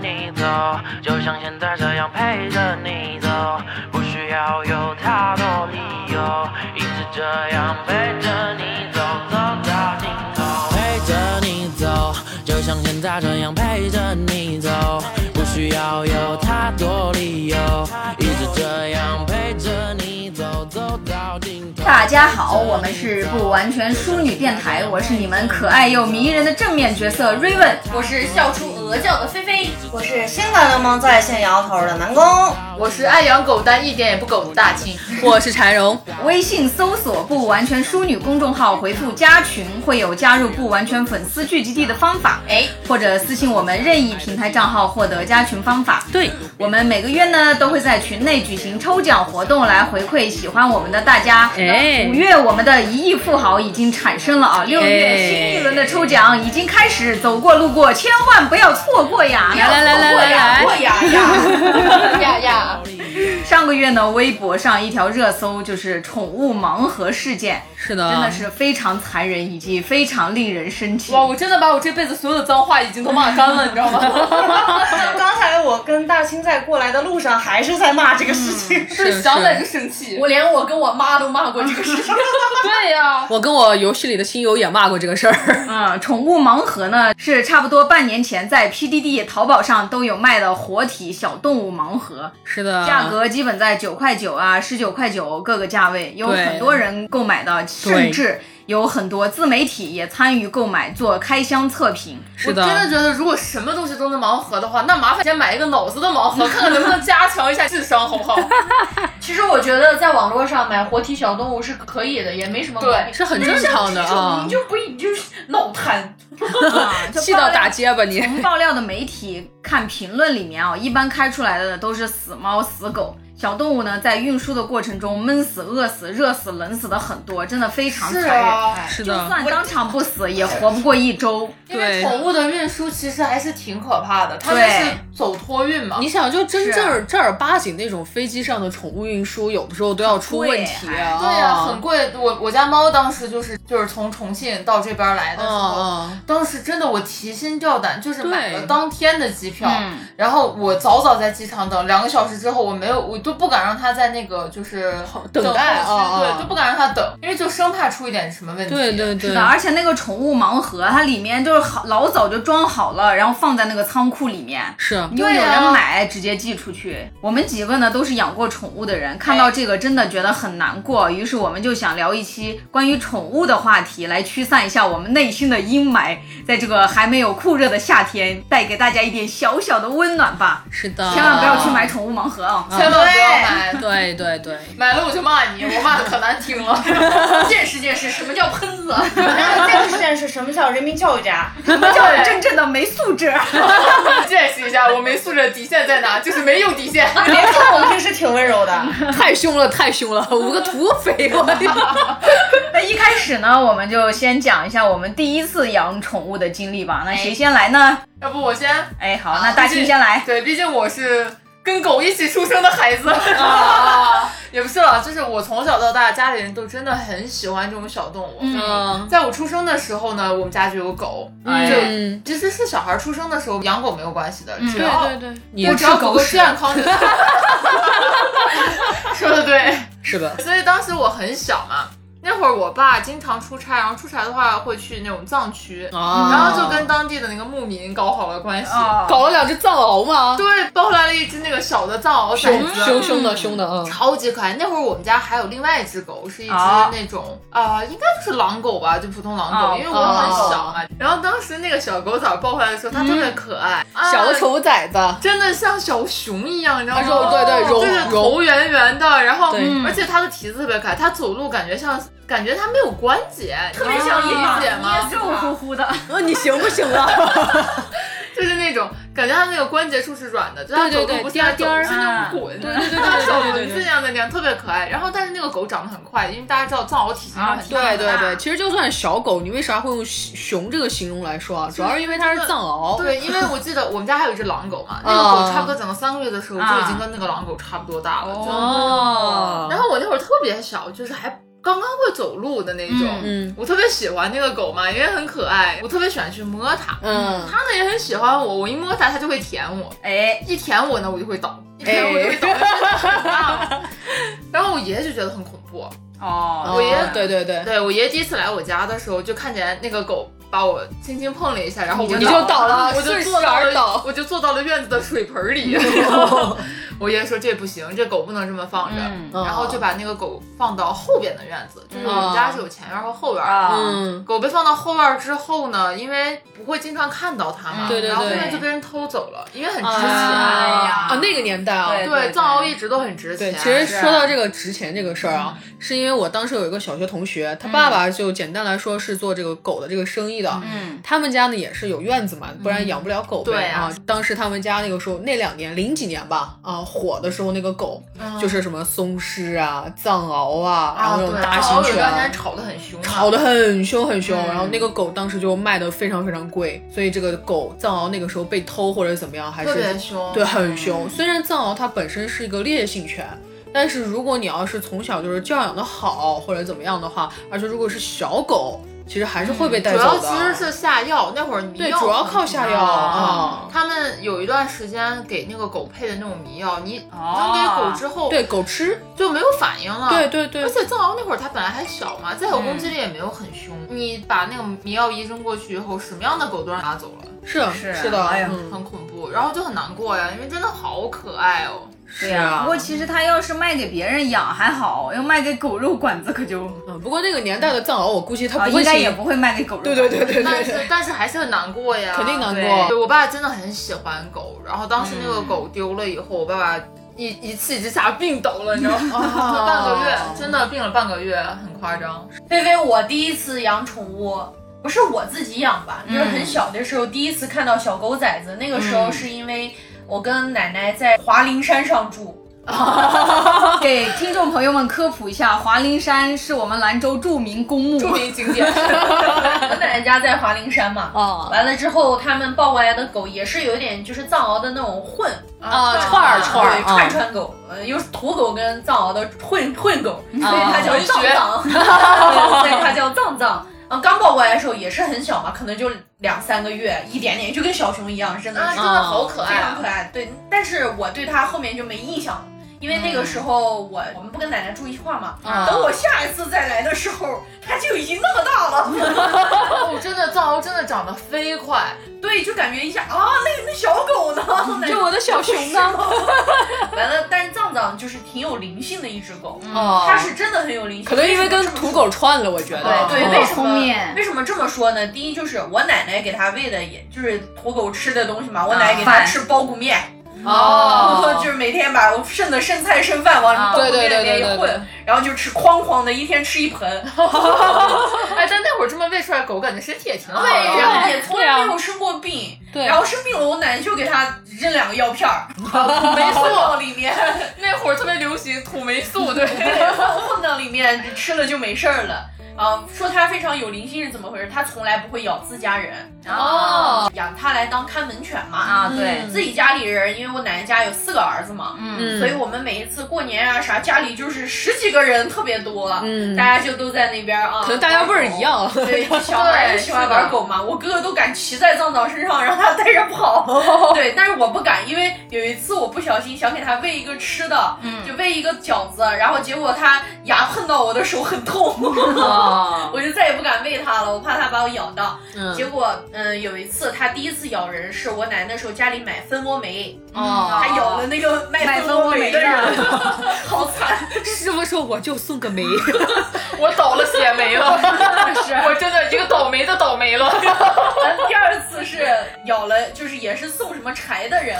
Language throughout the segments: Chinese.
你走，就像现在这样陪着你走，不需要有太多理由，一直这样陪着你走，走到尽头。陪着你走，就像现在这样陪着你走，不需要有太多理由，一直这样陪着你走，走到尽头。大家好，嗯我们是不完全淑女电台，我是你们可爱又迷人的正面角色 Raven。我是笑出鹅叫的菲菲，我是性感流氓在线摇头的南宫，我是爱养狗但一点也不狗的大庆，我是柴荣，微信搜索“不完全淑女”公众号，回复“加群”会有加入不完全粉丝聚集地的方法。哎，或者私信我们任意平台账号获得加群方法。对，我们每个月呢都会在群内举行抽奖活动来回馈喜欢我们的大家。哎五月我们的一亿富豪已经产生了啊，六月新一轮的抽奖已经开始，走过路过千万不要错过呀！来来来来来来，哎过呀呀呀呀！上个月呢，微博上一条热搜就是宠物盲盒事件，是的，真的是非常残忍以及非常令人生气。哇，我真的把我这辈子所有的脏话已经都骂干了，你知道 吗？ 刚才我跟大清在过来的路上还是在骂这个事嗯情。就是想起来就生气。我连我跟我妈都骂过这个事 情。对呀、我跟我游戏里的亲友也骂过这个事儿。嗯，宠物盲盒呢是差不多半年前在 PDD、淘宝上都有卖的活体小动物盲盒，是的，价格基本在九块九啊、十九块九各个价位，有对很多人购买到，甚至有很多自媒体也参与购买做开箱测评。 是真的的，觉得，如果什么东西都能盲盒的话，那麻烦先买一个脑子的盲 盒，看看能不能加强一下智商，好不好？ 其实我觉得，在网络上买活体小动物是可以的，也没什么对，是很正常的啊你。就不你就是脑 瘫，啊就 气到爆料打结吧你！从爆料的媒体看评论里面啊、一般开出来的都是死猫死狗。小动物呢，在运输的过程中闷死、饿死、热死、冷死的很多，真的非常残忍。啊。 是就的，算当场不死，也活不过一周。因对为宠物的运输其实还是挺可怕的，他们对是走托运嘛。你想，就真是正儿正儿八经那种飞机上的宠物运输，有的时候都要出问题啊。对呀、很贵。我我家猫当时就是就是从重庆到这边来的时候，嗯当时真的我提心吊胆，就是买对了当天的机票，嗯然后我早早在机场等，两个小时之后我没有，我都不敢让它在那个就是等待候啊区，啊对，都不敢让它等，因为就生怕出一点什么问嗯，题。对对是对的，，而且那个宠物盲盒，它里面就是好老早就装好了，然后放在那个仓库里面。是就对有啊人买，直接寄出去。我们几个呢都是养过宠物的人，看到这个真的觉得很难过，于是我们就想聊一期关于宠物的话题，来驱散一下我们内心的阴霾，在这个还没有酷热的夏天，带给大家一点小小的温暖吧。是的，千万不要去买宠物盲盒啊！千万不 要买。对对对， 买了我就骂 你，我骂的可难听了。 见识见识，什么叫喷 子？见识见识，什么叫人民教育 家？这叫真正的没 素质。见识一下，我没素质的底线在哪，就是没有底 线。 别看我们平时挺温柔的，太凶了，太凶了，五个土匪，我的妈！那一开始呢，我们就先讲一下我们第一次养宠物的经历哎吧。那谁先来呢？要不我先。哎，好，啊那大庆先来。 对，毕竟我是跟狗一起出生的孩啊子， 也不是了，就是我从小到大，家里人都真的很喜欢这种小动物。嗯，在我出生的时候呢，我们家就有狗，就嗯，其实是小孩出生的时候养狗没有关系的，只对要对对，你我只要狗狗是健康 就行。说的对，是的，所以当时我很小嘛，那会儿我爸经常出差，然后出差的话会去那种藏区，啊然后就跟当地的那个牧民搞好了关系。哦搞了两只藏獒嘛，对，抱回来了一只那个小的藏獒崽凶凶子，凶的凶的，嗯，超级可爱。那会儿我们家还有另外一只狗，是一只哦啊那种啊、应该就是狼狗吧，就普通狼狗，哦因为我很小嘛。然后当时那个小狗崽抱回来的时候，它特别可爱，啊嗯小的丑崽子，真的像小熊一样，你知道吗？肉对对绒就是绒头圆圆的，然后对嗯而且它的蹄子特别可爱，它走路感觉像。感觉它没有关节，特别像一把理解吗？肉哦乎乎 的，呃，你行不行 啊？就是那种感觉它那个关节处是软的，就它走对对路对不是在走颠儿路颠儿啊是那种滚，对对对对像对小对对蚊子一样的那样，特别可爱。然后但是那个狗长得很快，因为大家知道藏獒体型啊很对大，哎对对对，其实就算小狗，你为啥会用熊这个形容来说啊？主要是因为它是藏獒，对，因为我记得我们家还有一只狼狗嘛，那个狗差不多长到三个月的时候啊就已经跟那个狼狗差不多大了，就哦然后我那会儿特别小，就是还刚刚会走路的那种。嗯我特别喜欢那个狗嘛，因为很可爱，我特别喜欢去摸它。嗯它呢也很喜欢我，我一摸它，它就会舔我，哎，一舔我呢，我就会倒，一舔我就会倒，因为它很哎大。然后我爷爷就觉得很恐怖，哦，我爷哦对对对，对我爷爷第一次来我家的时候，就看见那个狗把我轻轻碰了一下，然后我你就你就倒了，我就顺势坐到而了倒，，我就坐到了院子的水 盆里。然后我爷爷说这不行，这狗不能这么放着，嗯然后就把那个狗放到后边的院子，就是我们家是有前院和后院。啊，嗯狗被放到后院之后呢，因为不会经常看到它嘛，嗯对对然后后对面就被人偷走了，因为很值钱。哎呀啊那个年代啊对。对，啊藏獒一直都很值对，钱。其实是说到这个值钱这个事儿啊，是因为我当时有一个小学同学，他爸爸就简单来说是做这个狗的这个生意的，嗯他们家呢也是有院子嘛，不然养不了狗呗、嗯对啊啊。当时他们家那个时候，那两年零几年吧，啊火的时候那个狗、嗯就是什么松狮啊、藏獒啊，然后那种大藏型獒有犬段时啊间。吵得很凶嘛，吵得很凶很嗯凶，然后那个狗当时就卖的非常非常贵，所以这个狗藏獒那个时候被偷或者怎么样，还是特别凶。嗯对，很凶。虽然藏獒它本身是一个烈性犬，但是如果你要是从小就是教养的好或者怎么样的话，而且如果是小狗，其实还是会被带嗯主走的。啊要其实是下药，那会儿迷对，药主要很靠下多药啊。啊。他们有一段时间给那个狗配的那种迷药，你哦扔给狗之后，啊对，狗吃，就没有反应了。对。对对嗯而，且藏獒那会儿它本来还小嘛，在我攻击力也没有很凶。你把那个迷药一扔过去以后，什么样的狗都让它走了，是啊啊是是的，哎呀嗯很恐怖，然后就很难过呀，因为真的好可爱 哦。是啊对呀、不过其实他要是卖给别人养还好，要卖给狗肉馆子可就嗯，不过那个年代的藏獒，我估计它啊，不会应该也行，不会卖给狗肉馆对子。对对对但对，是但是还是很难过 呀，肯定难对对 过。我爸真的很喜欢狗，然后当时那个狗丢了以后，我爸爸一一气之下病倒了，你知道 吗？哦半个月，哦真的病了半个月，很夸张。菲菲，我第一次养宠物，不是我自己养吧，就是嗯很小的时候第一次看到小狗崽子。那个时候是因为我跟奶奶在华林山上住，给听众朋友们科普一下，华林山是我们兰州著名公墓，著 名景点，我奶奶家在华林山嘛。啊完了之后，他们抱过来的狗也是有点就是藏獒的那种混啊，串儿儿串串对儿呃串啊，串狗，呃，又是土狗跟藏獒的混混狗，啊所以它叫藏 藏，对所以它叫藏藏。嗯，刚抱过来的时候也是很小嘛，可能就两三个月，一点点，就跟小熊一样，真的啊，是真的好可非爱常啊可！爱。哎对，但是我对它后面就没印象了。因为那个时候我我们不跟奶奶住一块儿嘛，啊等我下一次再来的时候，它就已经那么大了， 哦，真的藏獒真的长得飞快，对，就感觉一下啊，那那小狗呢？ 奶奶就我的小熊呢？完了，但是藏藏就是挺有灵性的一只狗，哦它是真的很有灵性。可能因为跟这么说土狗串了，我觉得。对 嗯对，为什后么？面为什么这么说呢？第一就是我奶奶给它喂的，也就是土狗吃的东西嘛。我奶奶给它饭吃苞谷面， 哦 就是每天把剩的剩菜剩饭往啊苞谷对对面对里面对一对混，然后就吃哐哐的，一天吃一盆。 哎，但那会儿这么喂出来狗，感觉身体也挺好的。对，然后也从对啊来没有生过病。啊对然后生病了，我奶奶就给它扔两个药片儿， 没混错，到里面，那会儿特别流行土霉素，对。混到里面吃了就没事儿了。啊，说它非常有灵性是怎么回事？它从来不会咬自家人，哦，养它来当看门犬嘛。啊，对，自己家里人，因为我奶奶家有四个儿子嘛，嗯所以我们每一次过年啊啥，家里就是十几个人，特别多，嗯大家就都在那边啊，可能大家味儿一。样。对，小孩儿就喜欢玩狗嘛，我哥哥都敢骑在藏藏身上让他带着 跑。对，但是我不敢，因为有一次我不小心想给他喂一个吃的，嗯就喂一个饺子，然后结果他牙碰到我的手很痛， 哦，我就再也不敢喂它了，我怕它把我咬到。嗯结果，嗯、有一次它第一次咬人是我奶奶那时候家里买蜂窝煤，哦它咬了那个卖卖蜂窝煤的人，的，好惨。 师傅说我就送个煤，我倒了血霉了， 我真的一个倒霉的倒霉了。完第二次是咬了，就是也是送什么柴的人，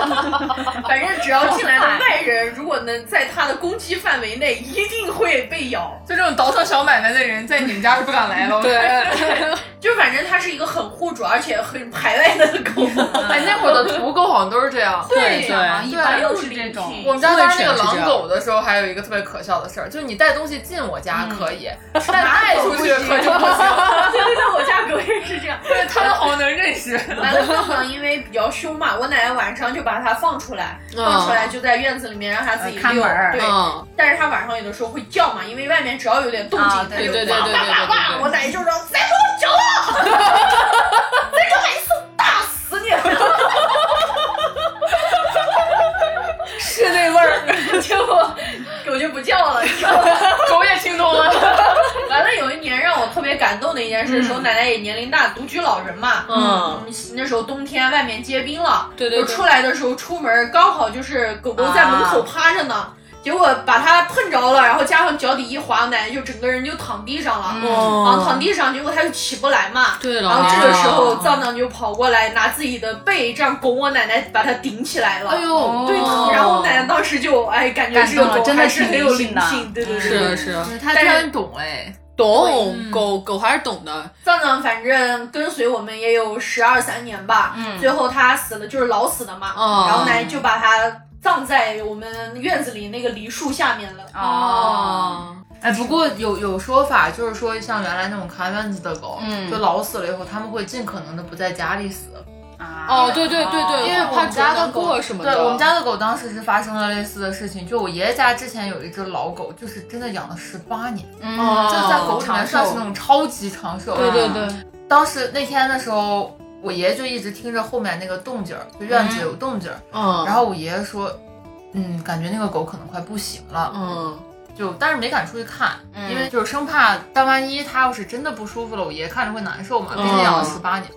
反正只要进来的外人，如果能在他的攻击范围内，一定会被咬。就这种倒腾小买卖的人，在你们家是不敢来了。对，就就反正它是一个很护主而且很排外的狗。哎，那会儿的土狗好像都是这样。对对啊一 对般又都是是这邻种居。我们家对带犬那是个这狼样狗的时候，还有一个特别可笑的事儿，就是你带东西进我家可以，带带出去可就不行。对对对，我家狗也是这样。对， 他们好像能认识。完了，可能因为比较凶嘛，我奶奶晚上就把它放出来，放出来嗯就在院子里面让它自己呃看溜。门儿对，嗯，但是它晚上有的时候会叫嘛，因为外面只要有点动啊静，它对就对对对对对对哇哇对哇！我奶奶就说：“再说我脚了，再说我一次打死你！” 是那味儿。结果狗就不叫了，你知道吗？狗也听懂了。完了，有一年让我特别感动的一件事，是我奶奶也年龄大，独居老人嘛，嗯，那时候冬天外面结冰了，对对对我出来的时候出门刚好就是狗狗在门口趴着呢。结果把它碰着了，然后加上脚底一滑，我奶奶就整个人就躺地上了，嗯哦啊，躺地上，结果它就起不来嘛。哦对了然后这个时候啊藏藏就跑过来，拿自己的背这样拱我奶奶，把它顶起来了。哎呦，对，哦然后我奶奶当时就哎，感觉感这个动了狗真的还是挺很有灵灵性的性，对对对对是对。是，他居居然然懂哎，懂狗狗还是懂的。藏藏反正跟随我们也有十二三年吧，嗯最后他死了就是老死的嘛，哦然后呢就把他葬在我们院子里那个梨树下面了。哦，，哎，不过有有说法，就是说像原来那种看院子的狗，嗯就老死了以后，他们会尽可能的不在家里死，哦，对对对对，因为我怕们家的难狗过什么的。对我们家的狗当时是发生了类似的事情，就我爷爷家之前有一只老狗，就是真的养了十八年，嗯，哦，就在狗里面算是那长种超级长寿。对对对，当时那天的时候，我爷就一直听着后面那个动静儿，就院子有动静儿。嗯，然后我爷爷说，嗯，感觉那个狗可能快不行了，嗯，就但是没敢出去看，嗯因为就是生怕，但万一它要是真的不舒服了，我爷爷看着会难受嘛，毕竟养了嗯十八年，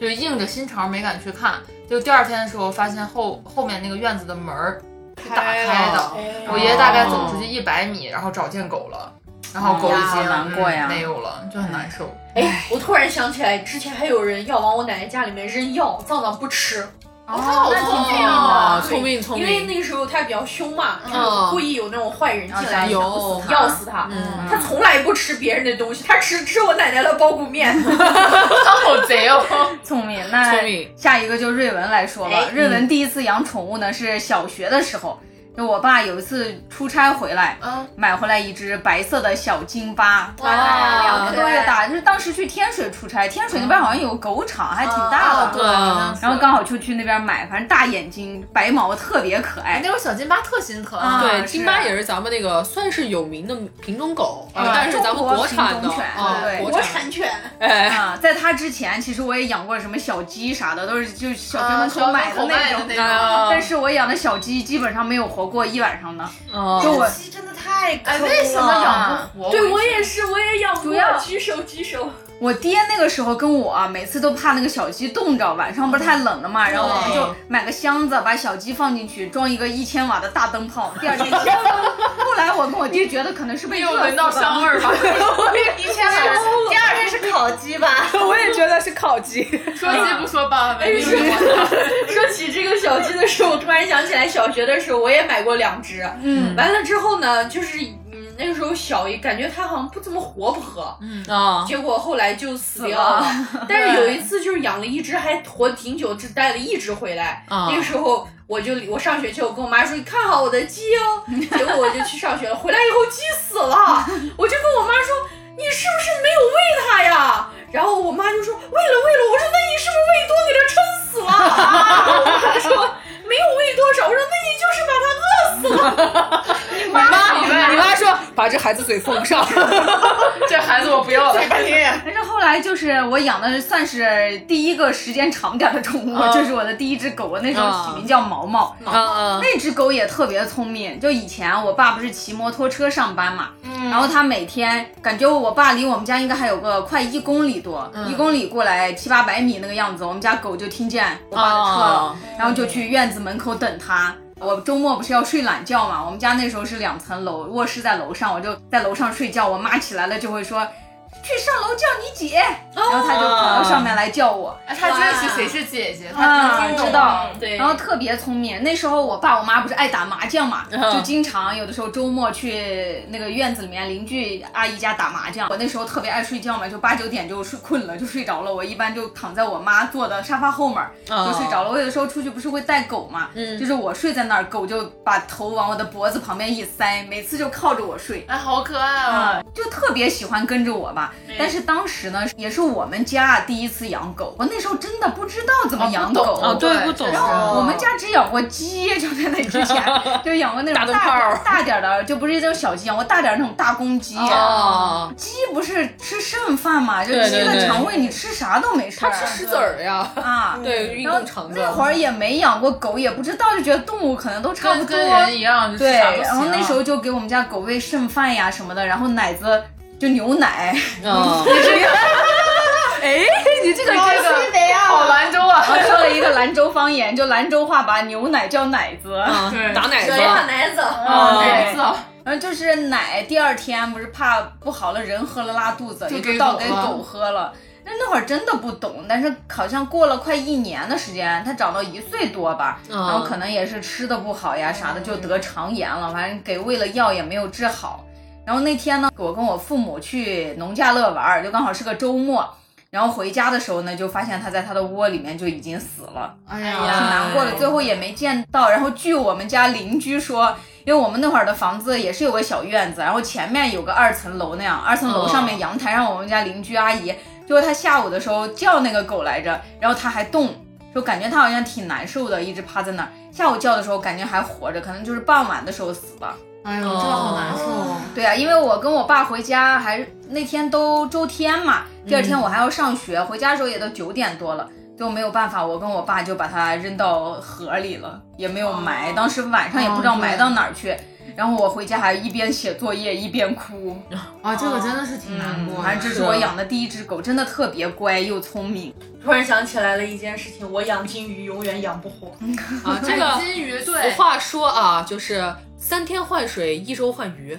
就硬着心肠没敢去看。就第二天的时候，发现后后面那个院子的门儿是打开开的哦了，我爷爷大概走出去一百米，然后找见狗了，然后狗已呀好经难过呀嗯没有了，就很难受。哎，我突然想起来，之前还有人要往我奶奶家里面扔药，藏藏不吃，哦，他好那挺明好哦的聪明聪因为明，那个时候他比较凶嘛，嗯就故意有那种坏人进来有要死他。嗯他从来不吃别人的东西，他只吃我奶奶的苞谷面。 好贼 哦。聪明，那 聪明下一个就瑞文来说了。哎瑞文第一次养宠物呢是小学的时候，就我爸有一次出差回来，嗯，买回来一只白色的小金巴，哇两个多月大，就是当时去天水出差，天水那边好像有狗场，还挺嗯大的。哦对啊然后刚好就去那边买，反正大眼睛白毛特别可爱哎，。那会儿小金巴特心疼。啊对，是金巴也是咱们那个算是有名的品种狗，呃啊但是咱们国产的中国品种犬啊对，国国产产犬， 哎，啊，在它之前，其实我也养过什么小鸡啥的，都是就小学门口买的那种。啊但是我养的小鸡基本上没有活过一晚上的，就嗯，我鸡真的太可哎，为什么养不活？对我也是，我也养过，主要举手举手。我爹那个时候跟我、啊每次都怕那个小鸡冻着，晚上不是太冷了嘛，然后我们哦就买个箱子把小鸡放进去，装一个一千瓦的大灯泡，第二天起来。后来我跟我爹觉得可能是被热又闻到死的香味 儿吧？一 千二，第二天是烤鸡吧？我也觉得是烤 鸡，说鸡不说八，没说 说起这个小鸡的时候，我突然想起来，小学的时候我也买过两只。嗯，完了之后呢，就是嗯，那个时候小，感觉它好像不怎么活泼。啊，结果后来就嗯死掉了，但是 有一次就是养了一只，还活挺久，只带了一只回来。啊那个时候我就我上学去，我跟我妈说你看好我的鸡哦，结果我就去上学了，回来以后鸡死了，我就跟我妈说你是不是没有喂它呀？然后我妈就说喂了喂了，我说那你是不是喂多给它撑死了？然 后我妈说没有喂多少，我说那你就是把它饿死了。你妈，你妈说把这孩子嘴封上， 这孩子我不要了。 但是后来就是我养的算是第一个时间长点的宠物，嗯就是我的第一只狗，我那时候起名叫毛毛。 啊啊，那只狗也特别聪明，就以前我爸不是骑摩托车上班嘛，然后他每天感觉我爸离我们家应该还有个快一公里多，一公里过来七八百米那个样子，我们家狗就听见我爸的车了，哦然后就去院子门口等他。我周末不是要睡懒觉嘛，我们家那时候是两层楼，卧室在楼上，我就在楼上睡觉。我妈起来了就会说。去上楼叫你姐，然后他就跑到上面来叫我，哎 他知道是谁是姐姐，啊他能听知懂。道对然后特别聪明。那时候我爸我妈不是爱打麻将嘛，就经常有的时候周末去那个院子里面邻居阿姨家打麻将。我那时候特别爱睡觉嘛，就八九点就睡困了就睡着了，我一般就躺在我妈坐的沙发后面儿就睡着了。我有的时候出去不是会带狗嘛，就是我睡在那儿，狗就把头往我的脖子旁边一塞，每次就靠着我睡。哎，好可爱啊！啊，就特别喜欢跟着我吧。但是当时呢，也是我们家第一次养狗，我那时候真的不知道哦怎么养狗。啊，对，不懂。然后我们家只养过鸡，就在那之前就养过那种大灯大泡大点儿的，就不是那种小鸡，养过大点儿那种大公鸡。啊，鸡不是吃剩饭嘛，就对鸡对的对肠胃你吃啥都没事儿。它吃石子儿呀，啊，对，运然后动肠子。那会儿也没养过狗，也不知道，就觉得动物可能都差不跟多。跟人一样，就是对，啥都行啊然后那时候就给我们家狗喂剩饭呀什么的，然后奶子就牛奶。啊， 哎，你这个这个好 兰州我啊，说了一个兰州方言，就兰州话把牛奶叫奶子，啊对打奶对哎呀，子，奶子，啊没错，然后就是奶第二天不是怕不好了，人喝了拉肚子，就也给就倒狗给了狗喝了。那那会儿真的不懂，但是好像过了快一年的时间，它长到一岁多吧，嗯然后可能也是吃的不好呀啥的，就得肠炎了，反正给喂了药也没有治好。然后那天呢，我跟我父母去农家乐玩儿，就刚好是个周末。然后回家的时候呢，就发现它在它的窝里面就已经死了。哎 挺呀，难过的，最后也没见到。然后据我们家邻居说，因为我们那会儿的房子也是有个小院子，然后前面有个二层楼那样，二层楼上面阳台上我们家邻居阿姨，就是她下午的时候叫那个狗来着，然后它还动，就感觉它好像挺难受的，一直趴在那儿。下午叫的时候感觉还活着，可能就是傍晚的时候死的。哎呦，哦真的好难受。对啊，因为我跟我爸回家还是那天都周天嘛，嗯第二天我还要上学，回家的时候也都九点多了，就没有办法，我跟我爸就把它扔到河里了，也没有哦埋，当时晚上也不知道埋到哪儿去。嗯然后我回家还一边写作业一边哭，啊，这个真的是挺难嗯过，啊反正这是我养的第一只狗，真的特别乖又聪明。突然想起来了一件事情，我养金鱼永远养不活。啊，这个金鱼对俗，话说啊，就是三天换水，一周换鱼。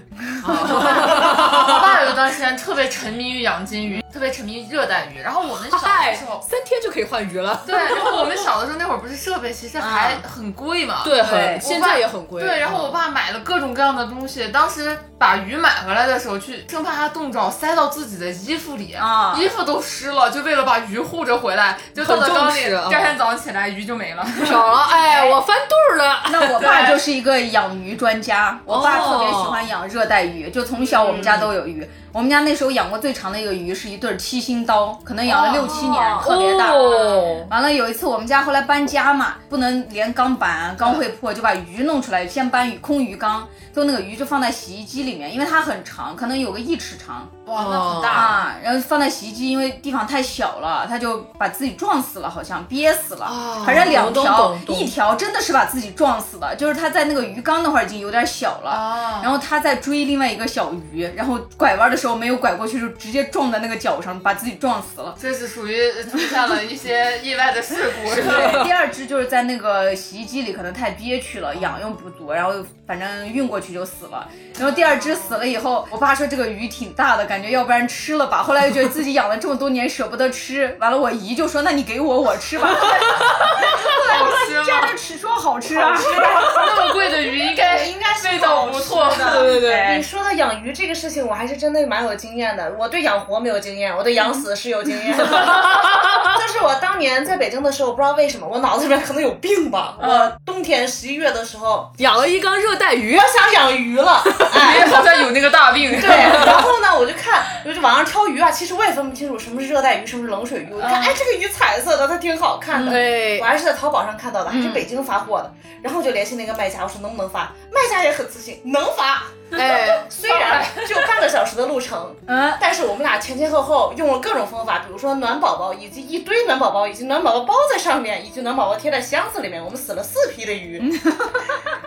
我爸有一段时间特别沉迷于养金鱼，特别沉迷于热带鱼。然后我们小的时候，三天就可以换鱼了。对，然后我们小的时候那会儿不是设备其实还很贵嘛，对，对很现在也很贵。对，然后我爸买了各种各样的东西，当时把鱼买回来的时候，去生怕它冻着，塞到自己的衣服里，啊衣服都湿了，就为了把鱼护着回来，就冻到很重缸里，视啊第二天早上起来鱼就没了。 不少了，哎，我翻肚儿了。 那我爸就是一个养鱼专家，我爸特别喜欢养热带鱼，就从小我们家都有鱼。我们家那时候养过最长的一个鱼是一对儿七星刀，可能养了六七年，特别大。哦完了有一次我们家后来搬家嘛，不能连钢板钢会破，就把鱼弄出来，先搬鱼空鱼缸，最后那个鱼就放在洗衣机里面，因为它很长，可能有个一尺长哇，那嗯很大。啊，然后放在洗衣机，因为地方太小了，它就把自己撞死了，好像憋死了，哦反正两懂条懂，懂一条真的是把自己撞死的，就是它在那个鱼缸那会儿已经有点小了。哦啊，然后它在追另外一个小鱼，然后拐弯的时候没有拐过去，就直接撞在那个脚上，把自己撞死了。这是属于出现了一些意外的事故，是吧？对，第二只就是在那个洗衣机里，可能太憋屈了，养用不足，然后反正运过去就死了。然后第二只死了以后，我爸说这个鱼挺大的，感觉要不然吃了吧。后来又觉得自己养了这么多年舍不得吃，完了我姨就说那你给我我吃 吧。 好啊吃家吗？着吃说好吃啊， 那么贵的鱼应该应该味道不错的。对对对，你说到养鱼这个事情，我还是真的蛮有经验的。我对养活没有经验，我对养死是有经 验的。就是我当年在北京的时候，不知道为什么，我脑子里面可能有病吧。我冬天十一月的时候，养了一缸热带鱼我。想养鱼了，哎，哎，好像有那个大病。对，然后呢，我就看，我就网上挑鱼啊，其实我也分不清楚什么是热带鱼，什么是冷水鱼。我就看，哎，这个鱼彩色的，它挺好看的。对我，还是在淘宝上看到的，还是北京发货的。然后我就联系那个卖家，我说能不能发？卖家也很自信，能发。哎，虽然就半个小时的路程，嗯，但是我们俩前前后后用了各种方法，比如说暖宝宝，以及一堆暖宝宝，以及暖宝宝包在上面，以及暖宝宝贴在箱子里面，我们死了四批的鱼。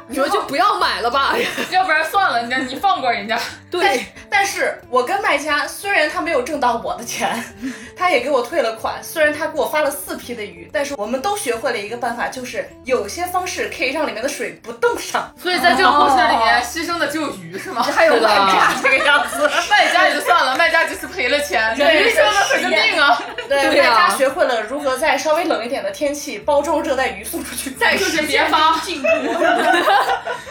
你说就不要买了吧。要不然算了，你你放过人家。对，但但是我跟卖家虽然他没有挣到我的钱， 他也给我退了款，虽然他给我发了四批的鱼，但是我们都学会了一个办法，就是有些方式可以让里面的水不动上。所以在这个故事里面，牺牲的只有鱼是吗？ 还有卖啊家这个样子，卖家也就算了，卖家只是赔了钱，鱼生了可是命啊！对， 对啊卖家学会了如何在稍微冷一点的天气包装热带鱼送出去。再就是别发进步，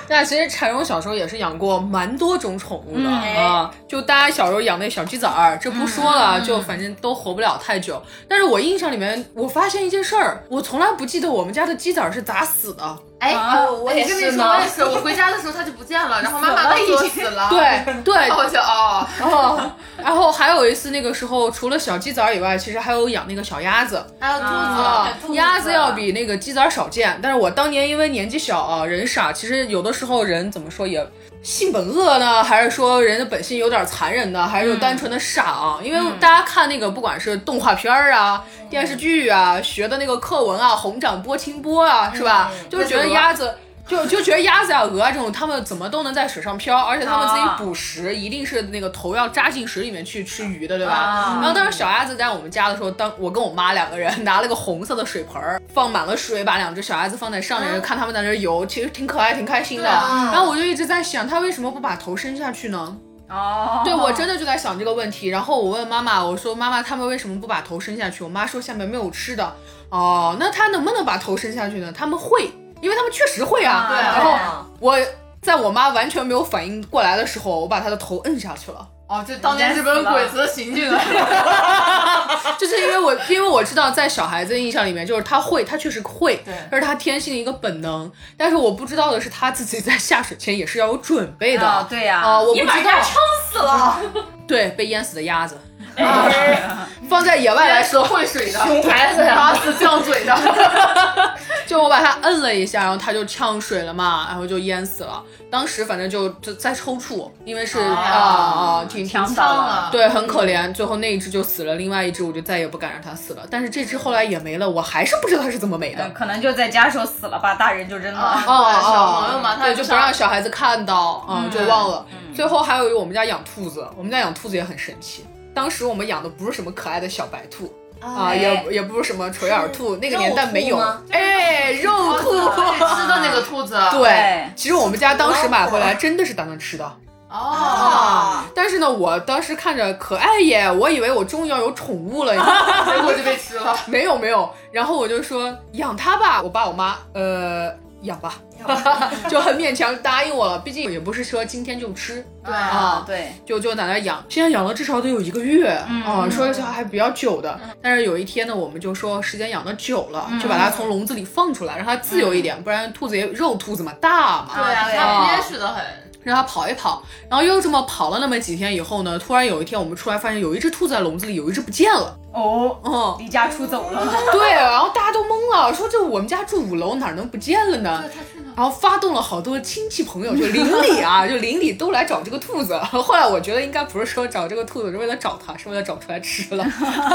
那啊其实柴荣小时候也是养过蛮多种宠物的、嗯哎啊，就大家小时候养那小鸡崽儿，这不说了，嗯就反正都活不了太久。但是我印象里面，我发现一件事儿，我从来不记得我们家的鸡崽儿是咋死的。哎，啊我也跟你是说，呢我也是，我回家的时候它就不见了，然后妈妈跟我说死了，，对 对，然后我就哦，哦，然后还有一次，那个时候除了小鸡崽儿以外，其实还有养那个小鸭子。还有兔啊子，，鸭子要比那个鸡崽儿少见，但是我当年因为年纪小啊，人傻，其实有的时候人怎么说也性本恶呢，还是说人的本性有点残忍呢，还是就单纯的傻啊？嗯因为大家看那个不管是动画片儿啊、电视剧啊，学的那个课文啊，红掌拨清波啊，是吧？嗯就是觉得鸭子。就就觉得鸭子啊、鹅啊这种，它们怎么都能在水上漂，而且它们自己啊捕食，一定是那个头要扎进水里面去吃鱼的，对吧？啊然后当时小鸭子在我们家的时候，当我跟我妈两个人 拿了个红色的水盆儿，放满了水，把两只小鸭子放在上面，看它们在那儿游，其实挺可爱、挺开心的。然后我就一直在想，它为什么不把头伸下去呢？哦，对我真的就在想这个问题。然后我问妈妈，我说妈妈，他们为什么不把头伸下去？我妈说下面没有吃的。哦，那它能不能把头伸下去呢？他们会，因为他们确实会啊。对然后我在我妈完全没有反应过来的时候，我把她的头摁下去了。哦， 就当年日本鬼子的行径了，就是因为我，因为我知道在小孩子的印象里面，就是他会，他确实会，对这是他天性的一个本能。但是我不知道的是，他自己在下水前也是要有准备的。啊对呀啊、我不知人家道撑，死了。 对，被淹死的鸭子，嗯放在野外来说，会水的，熊孩子呀，打死犟嘴的， 就我把它摁了一下，然后它就呛水了嘛，然后就淹死了。当时反正就就在抽搐，因为是啊啊，挺挺想到了，了， 对，很可怜。最后那一只就死了，另外一只我就再也不敢让它死了。但是这只后来也没了，我还是不知道它是怎么没的嗯。可能就在家时候死了吧，大人就扔了啊。哦哦，小朋友嘛他对，也就不不让小孩子看到，嗯，就忘了。嗯最后还有一个我们家养兔子，我们家养兔子也很神奇。当时我们养的不是什么可爱的小白兔啊，也也不是什么垂耳兔，那个年代没有哎肉兔吗。哎，肉兔， 吃的那个兔子，对对，其实我们家当时买回来真的是当成吃的。哦，但是呢，我当时看着可爱耶，我以为我终于要有宠物了，你知道吗结果就被吃了， 没有没有，然后我就说养它吧，我爸我妈呃养吧， 就很勉强答应我了，毕竟也不是说今天就吃，对哦啊对，就就在那养，现在养了至少得有一个月、嗯啊，说起来还比较久的。但是有一天呢，我们就说时间养的久了，嗯就把它从笼子里放出来，让它自由一点，不然兔子也肉兔子嘛大嘛，对啊，对它憋屈的很，让它跑一跑。然后又这么跑了那么几天以后呢，突然有一天我们出来发现有一只兔子在笼子里，有一只不见了。哦，嗯，离家出走了。对，然后大家都懵了，说这我们家住五楼哪儿能不见了呢？然后发动了好多亲戚朋友，就邻里 啊，就邻里都来找这个兔子。后来我觉得应该不是说找这个兔子是为了找它，是为了找出来 吃了，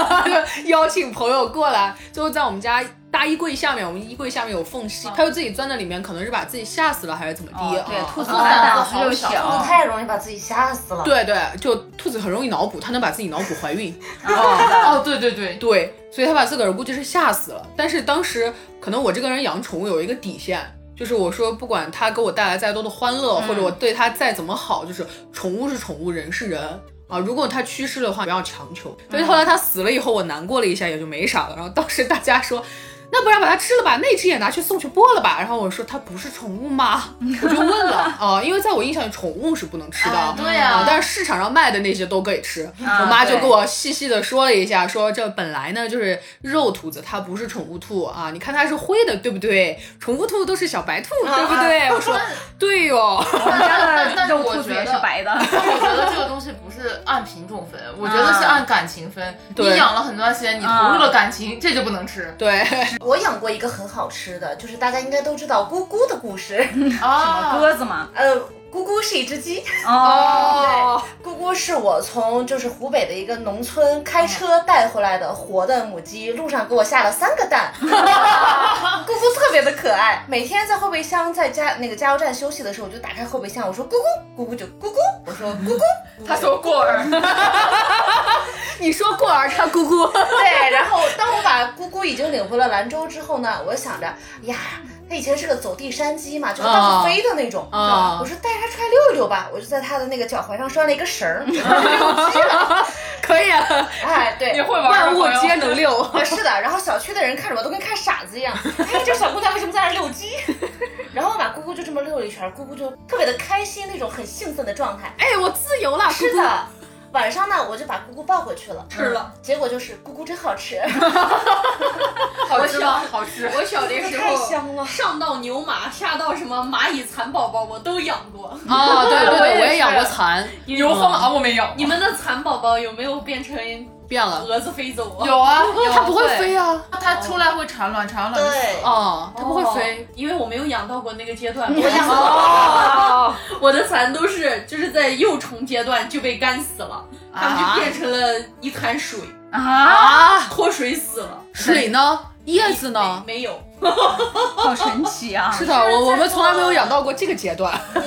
就邀请朋友过来，最后在我们家。大衣柜下面，我们衣柜下面有缝隙，它就自己钻在里面，可能是把自己吓死了还是怎么地？嗯哦对啊，兔子啊胆啊子又好小小，太容易把自己吓死了。对对，就兔子很容易脑补，它能把自己脑补怀孕。哦，对对对，对，所以他把自个儿估计是吓死了。但是当时可能我这个人养宠物有一个底线，就是我说不管它给我带来再多的欢乐，或者我对它再怎么好，就是宠物是宠物，人是人。啊，如果它去世的话，不要强求。所以后来它死了以后，我难过了一下，也就没啥了。然后当时大家说，那不然把它吃了吧，那只也拿去送去剥了吧。然后我说它不是宠物吗？我就问了啊，因为在我印象里，宠物是不能吃的。啊对呀啊，但是市场上卖的那些都可以吃。啊我妈就对跟我细细的说了一下，说这本来呢就是肉兔子，它不是宠物兔啊，你看它是灰的，对不对？宠物兔都是小白兔，对不对？我 说对哟，但但但它是肉我兔子觉也是得。白的。 我觉得这个东西不是按品种分，我觉得是按感情分。对你养了很段时间，你投入了感情，这就不能吃对，我 养过一个很好吃的，就是大家应该都知道咕咕的故事。啊鸽子嘛，呃，姑姑是一只鸡。哦，姑姑是我从就是湖北的一个农村开车带回来的活的母鸡，路上给我下了三个蛋。 姑姑特别的可爱，每天在后备箱在加那个加油站休息的时候，我就打开后备箱，我说姑姑，姑姑就咕咕，我说姑姑，他说过儿，你说过儿，他姑姑。对。然后当我把姑姑已经领回了兰州之后呢，我就想着呀。它以前是个走地山鸡嘛，就是到处飞的那种。啊我说带着它出来溜一溜吧，我就在它的那个脚踝上拴了一个绳儿，溜鸡了。可以啊，哎，对，嗯你会玩儿万物朋友皆能溜。 啊，是的。然后小区的人看着我都跟看傻子一样，哎，这小姑娘为什么在那儿遛鸡？然后把姑姑就这么溜了一圈儿，姑姑就特别的开心，那种很兴奋的状态。哎，我自由了，是姑姑。的，晚上呢，我就把姑姑抱回去了，吃了，结果就是姑姑真好吃，好吃吗？好吃。我小的时太候。香了。上到牛马，下到什么蚂蚁蚕宝宝，我都养过。啊，对对我对，也我也养过是蚕，牛和马啊我没有，你们的蚕宝宝有没有变成变了。蛾子飞走啊？有啊，有它不会飞啊。它出来会产卵，产完卵对，哦，它不会飞。哦，因为我没有养到过那个阶段。我想哦，我的蚕都是就是在幼虫阶段就被干死了，它们就变成了一滩水，啊，啊，脱水死了。水呢？叶子呢？没没有，好神奇啊！ 是的，我我们从来没有养到过这个阶段。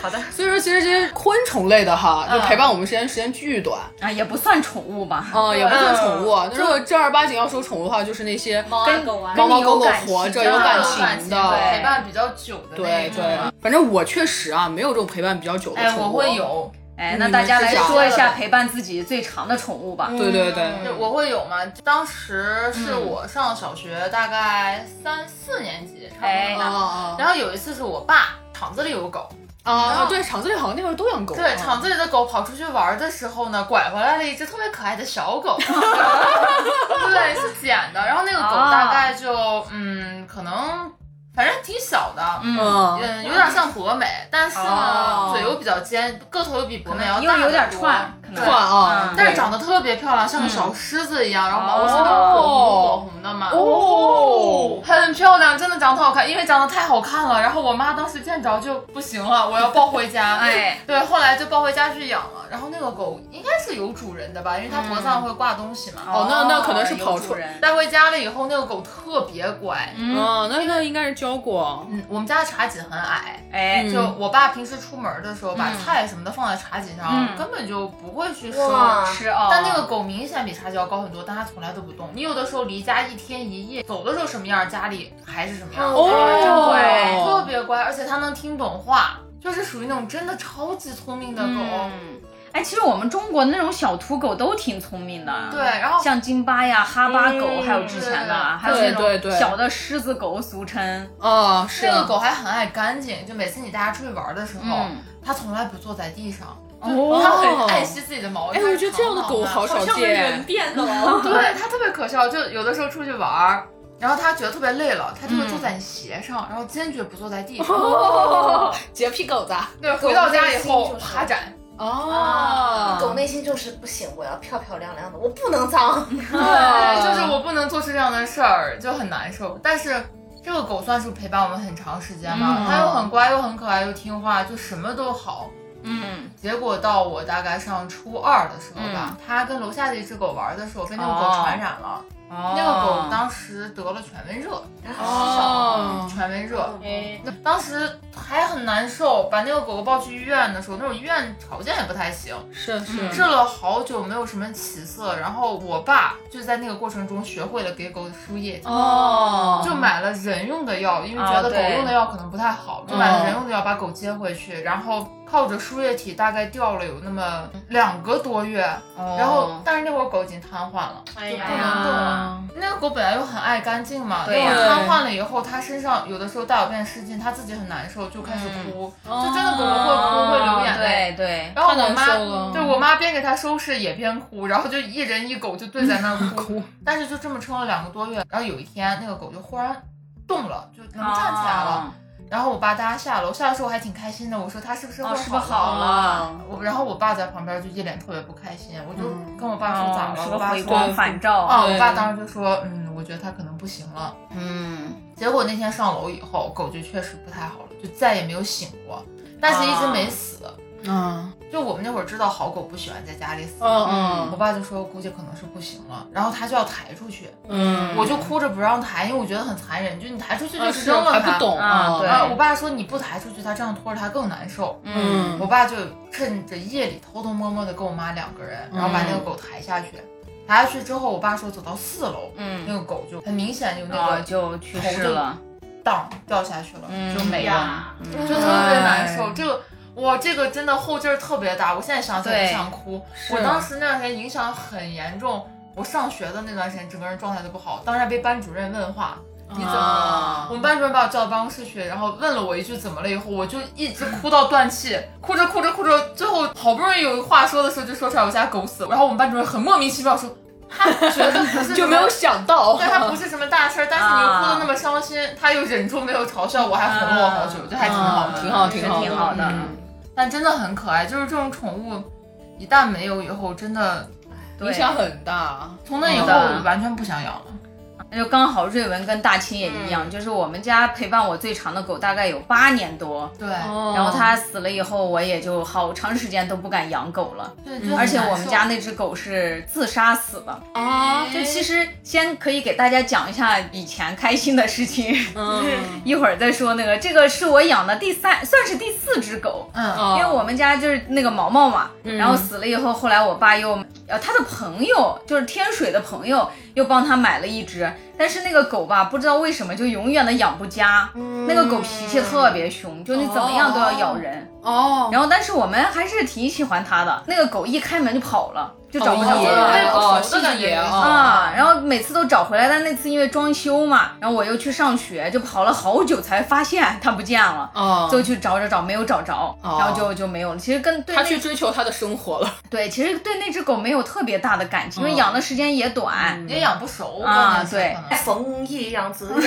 好 的，嗯所以说，其实这些昆虫类的哈，就陪伴我们时间时间巨短，啊，也不算宠物吧。嗯，也不算宠物。如果正儿八经要说宠物的话，就是那些猫啊狗啊，猫猫跟你有狗狗感情活着的有感感情情的，陪伴比较久的那对种。对。反正我确实啊，没有这种陪伴比较久的哎，宠物。我会。有，哎，你那大家们来是啥说一下陪伴自己最长的宠物吧。对对对，就我会有嘛。当时是我上小学，大概三四年级，差不哎多啊吧。啊然后有一次是我爸厂子里有狗，啊啊！对，厂子里好像那会儿都养狗。啊对，厂子里的狗跑出去玩的时候呢，拐回来了一只特别可爱的小 狗，对，是捡的。然后那个狗哦大概就、嗯，可能反正挺小的，嗯，嗯，有点像博美，但是呢，哦嘴又比较尖，个头又比博美要大，因为有点串，。嗯可能串啊嗯，但是长得特别漂亮，像个小狮子一样，然后毛是哦火红火红的嘛，哦，很漂亮，真的长得好看，因为长得太好看了。然后我妈当时见着就不行了，我要抱回家。哎，对，后来就抱回家去养了。然后那个狗应该是有主人的吧，因为它脖子上会挂东西嘛。嗯哦那那可能是有跑主出人。带回家了以后，那个狗特别乖。嗯嗯，那那应该是教过。嗯我们家的茶几很矮，哎，就我爸平时出门的时候把菜什么的放在茶几上，嗯根本就不会去收。哇，吃哦。但那个狗明显比茶几要高很多，但它从来都不动。你有的时候离家一天一夜，走的时候什么样，家里还是什么样。嗯特哦，别乖，而且它能听懂话，就是属于那种真的超级聪明的狗。嗯，哎，其实我们中国那种小土狗都挺聪明的。对，。然后像京巴呀、哈巴狗，嗯还有之前的啊，还有对那对种对小的狮子狗，俗称。啊，是这个狗还很爱干净，就每次你带它出去玩的时候，嗯它从来不坐在地上，哦它很爱惜自己的毛。哎，它是我觉得这样的狗长毛好的少像个人见。变的 哦。对，它特别可笑，就有的时候出去玩儿。然后它觉得特别累了，它就会坐在你鞋上，然后坚决不坐在地上。哦洁癖狗子啊对，回到家以狗后内心就是趴展，哦，狗内心就是不行，我要漂漂亮亮的，我不能脏。 哦对，就是我不能做出这样的事儿，就很难受。但是这个狗算是陪伴我们很长时间嘛，嗯它又很乖，又很可爱，又听话，就什么都好。嗯，结果到我大概上初二的时候吧，它跟楼下的一只狗玩的时候，被那个狗哦传染了。哦那个狗当时得了犬瘟热，哦，犬瘟热。哎，那当时还很难受，把那个狗狗抱去医院的时候，那种医院条件也不太行，是治嗯是，了好久没有什么起色。然后我爸就在那个过程中学会了给狗输液，哦就买了人用的药，因为觉哦得狗对哦用的药可能不太好，就买了人用的药把狗接回去，然后靠着输液体大概掉了有那么两个多月，哦然后但是那会儿狗已经瘫痪了，哎就不呀能动了。那个狗本来又很爱干净嘛，对呀那会儿瘫痪了以后，它身上有的时候大小便失禁，它自己很难受，就开始哭，就真的狗狗会哭会流眼泪。嗯哦对对，然后我太难受妈嗯了对我妈边给它收拾也边哭，然后就一人一狗就对在那儿嗯哭， 但是就这么撑了两个多月，然后有一天那个狗就忽然动了，就能站起来哦了。然后我爸带它下楼，下的时候我还挺开心的，我说它是不是会哦，是不是好好了？我然后我爸在旁边就一脸特别不开心，我就跟我爸说咋哦，了？是不我是爸回说光返照？啊，对我爸当时就说，嗯，我觉得它可能不行了。嗯，结果那天上楼以后，狗就确实不太好了，就再也没有醒过。但是一直啊没死。嗯就我们那会儿知道好狗不喜欢在家里死，嗯我爸就说估计可能是不行了，然后他就要抬出去，嗯我就哭着不让抬，因为我觉得很残忍，就你抬出去啊就是扔了还它，不懂啊嗯对啊，我爸说你不抬出去，他这样拖着它更难受。嗯我爸就趁着夜里偷偷摸摸的跟我妈两个人，然后把那个狗抬下去。抬下去之后，我爸说走到四楼，嗯，啊那个狗就很明显就然那后个就去世了，档掉下去了，嗯嗯就没了，呀，就哦特啊别难受。这个哇，这个真的后劲儿特别大，我现在想起来对就想哭。我当时那段时间影响很严重，我上学的那段时间整个人状态都不好，当时还被班主任问话。哦你怎么了？嗯我们班主任把我叫到办公室去，然后问了我一句怎么了，以后我就一直哭到断气，哭着哭着哭着，最后好不容易有话说的时候就说出来我家狗死了，然后我们班主任很莫名其妙说，他觉得不 是就没有想到，对，它 不是什么大事儿，但是你又哭得那么伤心，他又忍住没有嘲笑我，还哄了我好久，这还挺好的，挺好，嗯是挺好，挺好的。嗯但真的很可爱，就是这种宠物，一旦没有以后，真的影响很大。从那以后嗯完全不想养了。那就刚好瑞文跟大清也一嗯样，就是我们家陪伴我最长的狗大概有八年多，对，嗯然哦后它死了以后，我也就好长时间都不敢养狗了。对，就很嗯而且我难们受哦家那只狗是自杀死的。啊，就其实先可以给大家讲一下以前开心的事情， 嗯一会儿再说那个。这个是我养的第三，算是第四只狗。嗯，哦嗯因为我们家就是那个毛毛嘛，然后死了以后，后来我爸又呃他的朋友，就是天水的朋友，又帮他买了一只，但是那个狗吧，不知道为什么就永远的养不家，嗯那个狗脾气特别凶，就你怎么样都要咬人。哦，然后但是我们还是挺喜欢它的，那个狗一开门就跑了，就找不着哦人。也哦哦，细节啊，啊，然后每次都找回来，但那次因为装修嘛，然后我又去上学，就跑了好久才发现它不见了，哦，就去找找找，没有找着，哦然后就就没有了。其实跟对他那去追求他的生活了。对，其实对那只狗没有特别大的感情，因为嗯养的时间也短。也养不熟啊关键是可能冯一养 子有，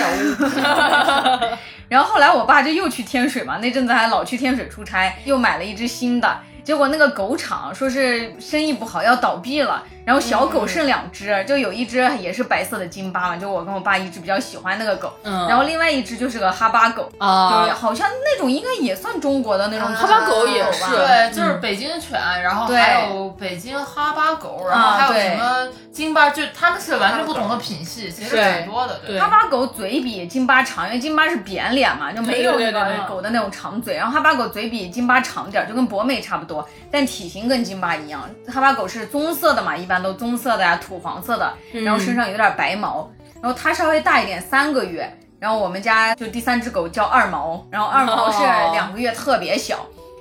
然后后来我爸就又去天水嘛，那阵子还老去天水出差，又买了一只新的。结果那个狗场说是生意不好要倒闭了，然后小狗剩两只，嗯就有一只也是白色的金巴嘛，就我跟我爸一直比较喜欢那个狗，嗯然后另外一只就是个哈巴狗，就是啊，好像那种应该也算中国的那种啊品哈种巴狗也吧是，对，就是北京犬，然嗯后对还有北京哈巴狗，然后啊还有对什么京巴，就它们是完全不同的品系，其实对挺多的。对对哈巴狗嘴比金巴长，因为金巴是扁脸嘛，就没有那对对对对个对狗的那种长嘴。然后哈巴狗嘴比金巴长点儿，就跟博美差不多，但体型跟金巴一样。哈巴狗是棕色的嘛，一般都棕色的呀、土黄色的，嗯然后身上有点白毛。然后它稍微大一点，三个月。然后我们家就第三只狗叫二毛，然后二毛是哦两个月，特别小。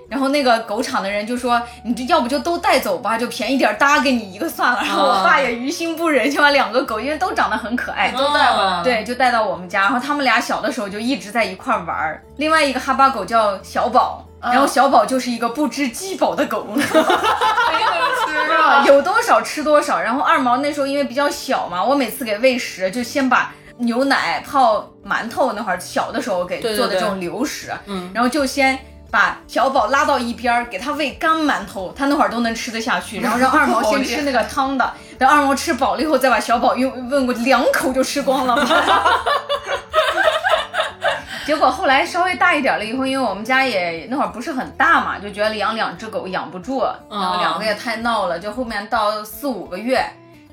然后那个狗场的人就说：“你这要不就都带走吧，就便宜点儿搭给你一个算了。”然后哦我爸也于心不忍，就把两个狗，因为都长得很可爱，都带嗯回来了。对，就带到我们家，然后他们俩小的时候就一直在一块儿玩儿。另外一个哈巴狗叫小宝，嗯然后小宝就是一个不知饥饱的狗，，没 有吃啊 嗯有多少吃多少。然后二毛那时候因为比较小嘛，我每次给喂食就先把牛奶泡馒头那会儿小的时候给对对做的这对种流食，嗯，然后就先。把小宝拉到一边儿，给他喂干馒头，他那会儿都能吃得下去。然后让二毛好先厉害吃那个汤的，等二毛吃饱了以后，再把小宝用问过两口就吃光了。 结果后来稍微大一点了以后，因为我们家也那会儿不是很大嘛，就觉得养两只狗养不住，然后两哦个也太闹了，就后面到四五个月，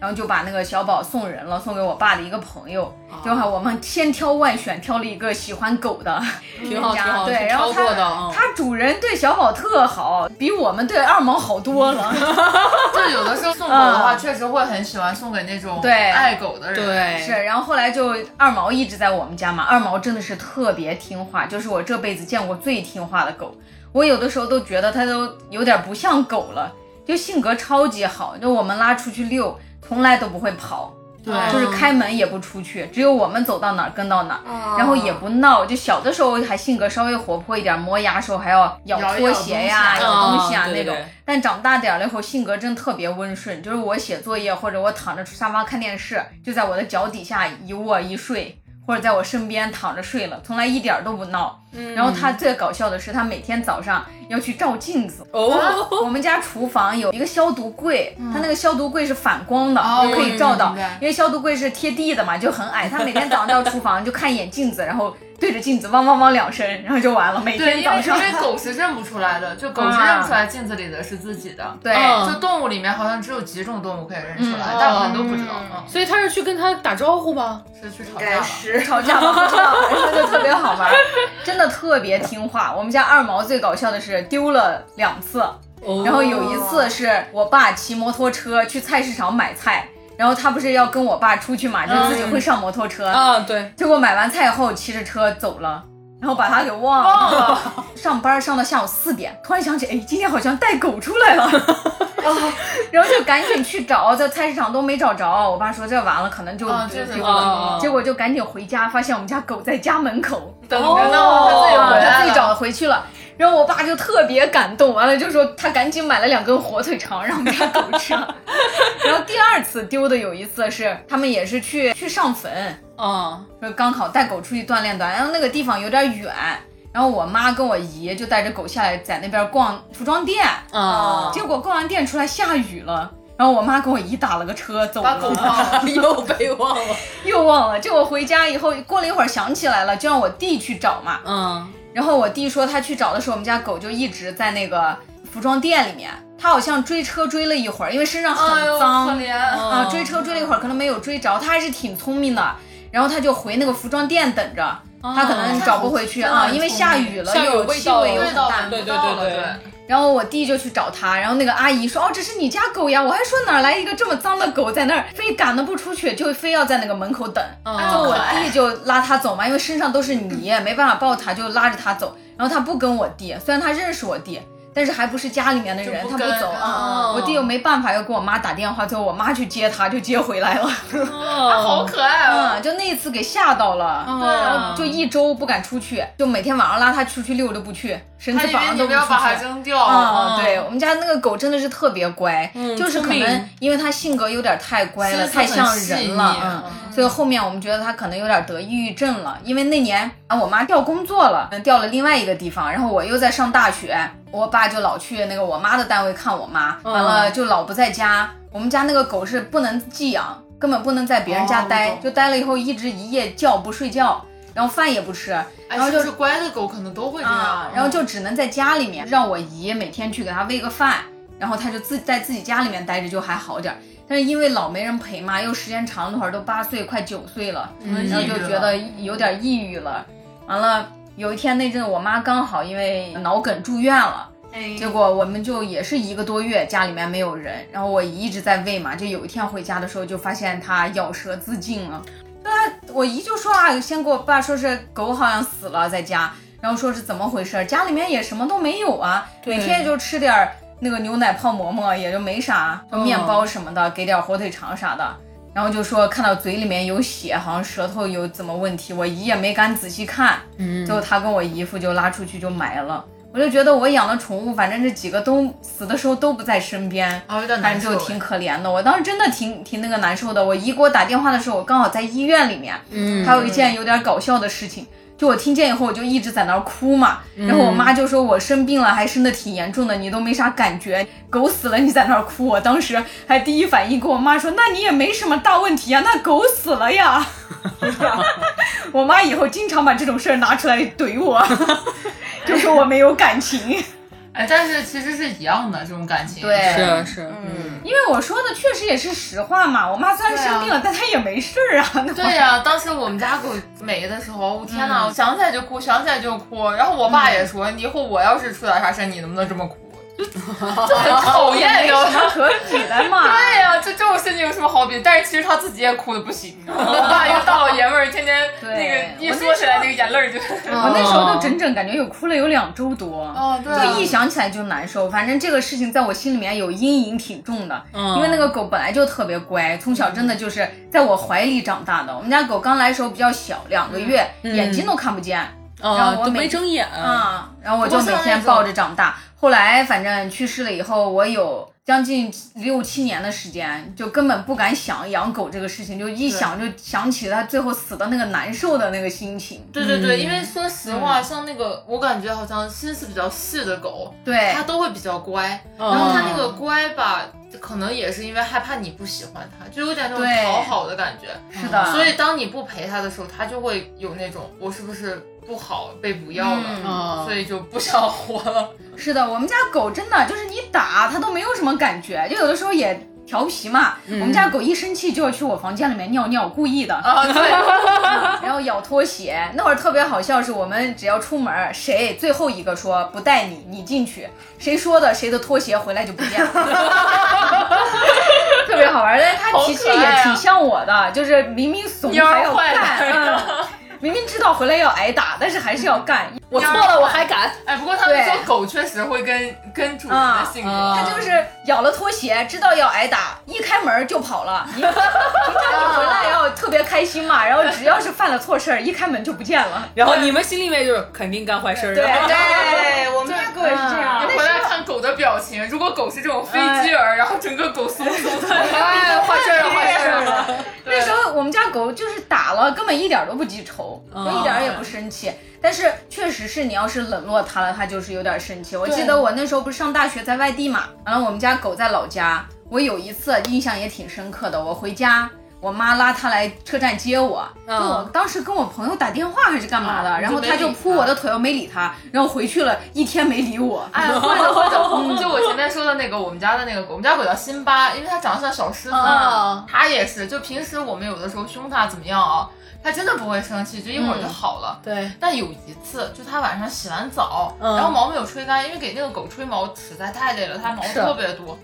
然后就把那个小宝送人了，送给我爸的一个朋友。哦正好我们千挑万选挑了一个喜欢狗的，挺哦好，挺好，对，挺然超后过它的啊。它主人对小宝特好，比我们对二毛好多了。就有的时候送狗的话，嗯确实会很喜欢送给那种对爱狗的人。对，是，然后后来就二毛一直在我们家嘛，二毛真的是特别听话，就是我这辈子见过最听话的狗。我有的时候都觉得它都有点不像狗了，就性格超级好。就我们拉出去遛，从来都不会跑，对嗯就是开门也不出去，只有我们走到哪儿跟到哪嗯儿，啊然后也不闹。就小的时候还性格稍微活泼一点，磨牙时候还要咬咬一拖咬鞋东西呀、啊咬东西啊嗯那对种对。但长大点儿了以后，性格真特别温顺，就是我写作业或者我躺着沙发看电视，就在我的脚底下一卧一睡。或者在我身边躺着睡了，从来一点儿都不闹。嗯然后他最搞笑的是，他每天早上要去照镜子，哦，我们家厨房有一个消毒柜，它那个消毒柜是反光的，嗯哦就可以照到我明白，因为消毒柜是贴地的嘛，就很矮。他每天早上到厨房就看一眼镜子，然后对着镜子汪汪汪两声，然后就完了。每对，天因为早上嗯因，为狗是认不出来的，就狗是认不出来镜子里的是自己的。对，嗯就动物里面好像只有几种动物可以认出来，嗯大部分都不知道。哦嗯嗯，所以他是去跟他打招呼吧？是去吵架应该了。是 吵架了，不知道，反正就特别好玩，真的特别听话。我们家二毛最搞笑的是丢了两次，哦然后有一次是我爸骑摩托车去菜市场买菜，然后他不是要跟我爸出去嘛，就是自己会上摩托车，啊，对，结果买完菜后骑着车走了。然后把他给忘了，上班上到下午四点，突然想起，哎，今天好像带狗出来了， 啊然后就赶紧去找，在菜市场都没找着。我爸说这完了，可能就哦啊这是丢啊了，结果就赶紧回家，发现我们家狗在家门口，等着呢，它自己啊他回来自己了。找回去了。然后我爸就特别感动，完了就说他赶紧买了两根火腿肠让我们家狗 吃了。然后第二次丢的有一次是他们也是去去上坟，啊，说刚好带狗出去锻炼锻炼，然后那个地方有点远，然后我妈跟我姨就带着狗下来在那边逛服装店， 啊，哦结果逛完店出来下雨了。然后我妈跟我姨打了个车走把狗了， 放了，又被忘了， 又忘了。结果回家以后，过了一会儿想起来了，就让我弟去找嘛。嗯，然后我弟说他去找的时候，我们家狗就一直在那个服装店里面，他好像追车追了一会儿，因为身上哎很呦，可脏、怜。啊，哦追车追了一会儿，可能没有追着，他还是挺聪明的。然后他就回那个服装店等着，他可能找不回去他好啊，聪明因为下雨了，下雨又有味气道味又味很道大。闻对不对到对了，然后我弟就去找他，然后那个阿姨说：“哦，这是你家狗呀！”我还说哪儿来一个这么脏的狗在那儿，非赶都不出去，就非要在那个门口等。哦嗯就我弟就拉他走嘛，因为身上都是泥，没办法抱他，就拉着他走。然后他不跟我弟，虽然他认识我弟，但是还不是家里面的人，就他不不跟走啊。嗯哦我弟又没办法，要给我妈打电话，最后我妈去接他，就接回来了。好可爱啊！嗯，就那一次给吓到了，然后就一周不敢出去，就每天晚上拉他出去溜都不去，绳他子以绑为上你都不们出要把它去。扔掉，啊、嗯对我们家那个狗真的是特别乖，就是可聪明能因为它性格有点太乖了，嗯心思太很像细人腻了，嗯，所以后面我们觉得他可能有点得抑郁症了，因为那年啊，我妈调工作了，嗯调了另外一个地方，然后我又在上大学，我爸就老去那个我妈的单位看我妈，完嗯了就老不在家。我们家那个狗是不能寄养，根本不能在别人家哦待，我懂就待了以后一直一夜觉不睡觉，然后饭也不吃，哎，然后是不就是乖的狗可能都会这啊样，，然后就只能在家里面让我姨每天去给他喂个饭，然后他就自在自己家里面待着就还好点儿。但是因为老没人陪嘛，又时间长了会儿都八岁快九岁了，嗯然后就觉得有点抑郁了。完了，有一天那阵我妈刚好因为脑梗住院了，结果我们就也是一个多月家里面没有人，然后我姨一直在喂嘛，就有一天回家的时候就发现她咬舌自尽了。那我姨就说啊，先给我爸说是狗好像死了在家，然后说是怎么回事儿，家里面也什么都没有啊，每天也就吃点儿那个牛奶泡馍馍，也就没啥，就面包什么的，给点儿火腿肠啥的。然后就说看到嘴里面有血，好像舌头有怎么问题，我姨也没敢仔细看，嗯，最后她跟我姨夫就拉出去就埋了。我就觉得我养的宠物，反正这几个都死的时候都不在身边，啊有点反难正受就挺可怜的。我当时真的挺挺那个难受的。我姨给我打电话的时候，我刚好在医院里面，嗯，还有一件有点搞笑的事情。就我听见以后，我就一直在那儿哭嘛，嗯然后我妈就说我生病了，还生的挺严重的，你都没啥感觉，狗死了你在那儿哭，我当时还第一反应跟我妈说，那你也没什么大问题呀、那狗死了 呀。我妈以后经常把这种事儿拿出来怼我， 就说我没有感情。哎，但是其实是一样的这种感情，对是啊是啊，因为我说的确实也是实话嘛，我妈虽然生病了，但她也没事儿 啊。那啊对呀、当时我们家狗没的时候，我天嗯哪，我想起来就哭，想起来就哭。然后我爸也说，以后我要是出点啥事，你能不能这么哭？就很讨厌，你知道有什么吗？可比的嘛？对啊哎呀、这这种事情有什么好比？但是其实他自己也哭的 不行。我爸一个大老爷们儿，天天对那个一说起来，那个眼泪 儿就……我那时候都整整感觉有哭了有两周多。哦，对、就一想起来就难受，反正这个事情在我心里面有阴影挺重的，嗯因为那个狗本来就特别乖，从小真的就是在我怀里长大的。我们家狗刚来的时候比较小，两个嗯月，眼睛都看不见，然后啊，我都每没睁眼，嗯啊，然后我就每天抱着长大。后来反正去世了以后，我有将近六七年的时间，就根本不敢想养狗这个事情，就一想就想起它最后死的那个难受的那个心情。对对对，嗯因为说实话，像那个我感觉好像心思比较细的狗，对哦它都会比较乖。嗯然后它那个乖吧，可能也是因为害怕你不喜欢它，就有点那种对讨好的感觉。是的，所以当你不陪它的时候，它就会有那种我是不是不好被不要了，嗯嗯所以就不想活了。是的，我们家狗真的就是你打它都没有什么感觉，就有的时候也调皮嘛。嗯我们家狗一生气就要去我房间里面尿尿，故意的。 啊，对， 然后咬拖鞋。那会儿特别好笑，是我们只要出门儿，谁最后一个说不带你，你进去，谁说的，谁的拖鞋回来就不见了， 特别好玩儿。但是他脾气好可爱也啊挺像我的，就是明明怂蔫儿还要坏了干。嗯明明知道回来要挨打，但是还是要干。我错了，我还敢。哎，不过他们说对狗确实会跟跟主人的性嗯格，啊他就是咬了拖鞋，知道要挨打，一开门就跑了。你 平常你回来要特别开心嘛，然后只要是犯了错事儿，一开门就不见了。然后你们心里面就是肯定干坏事 儿，对然后哎对，哎我们家狗也是这样你。回来看狗的表情，如果狗是这种飞机耳，然后整个狗松松的，哎，坏事儿了，坏事儿了。哎那时候我们家狗就是打了，根本一点儿都不记仇，嗯一点儿也不生气。但是确实是你要是冷落它了，它就是有点生气。我记得我那时候不是上大学在外地嘛，完了我们家狗在老家，我有一次印象也挺深刻的，我回家。我妈拉它来车站接我，就我当时跟我朋友打电话还是干嘛的，然后它就扑我的腿，我没理它，然后回去了一天没理我。哎，嗯会的会的， 就我前面说的那个，我们家的那个狗，我们家狗叫辛巴，因为它长得像小狮子嗯嘛，它也是，就平时我们有的时候凶它怎么样啊，它真的不会生气，就一会儿就好了。对，但有一次，就它晚上洗完澡，嗯然后毛没有吹干，因为给那个狗吹毛实在太累了，它毛是特别多，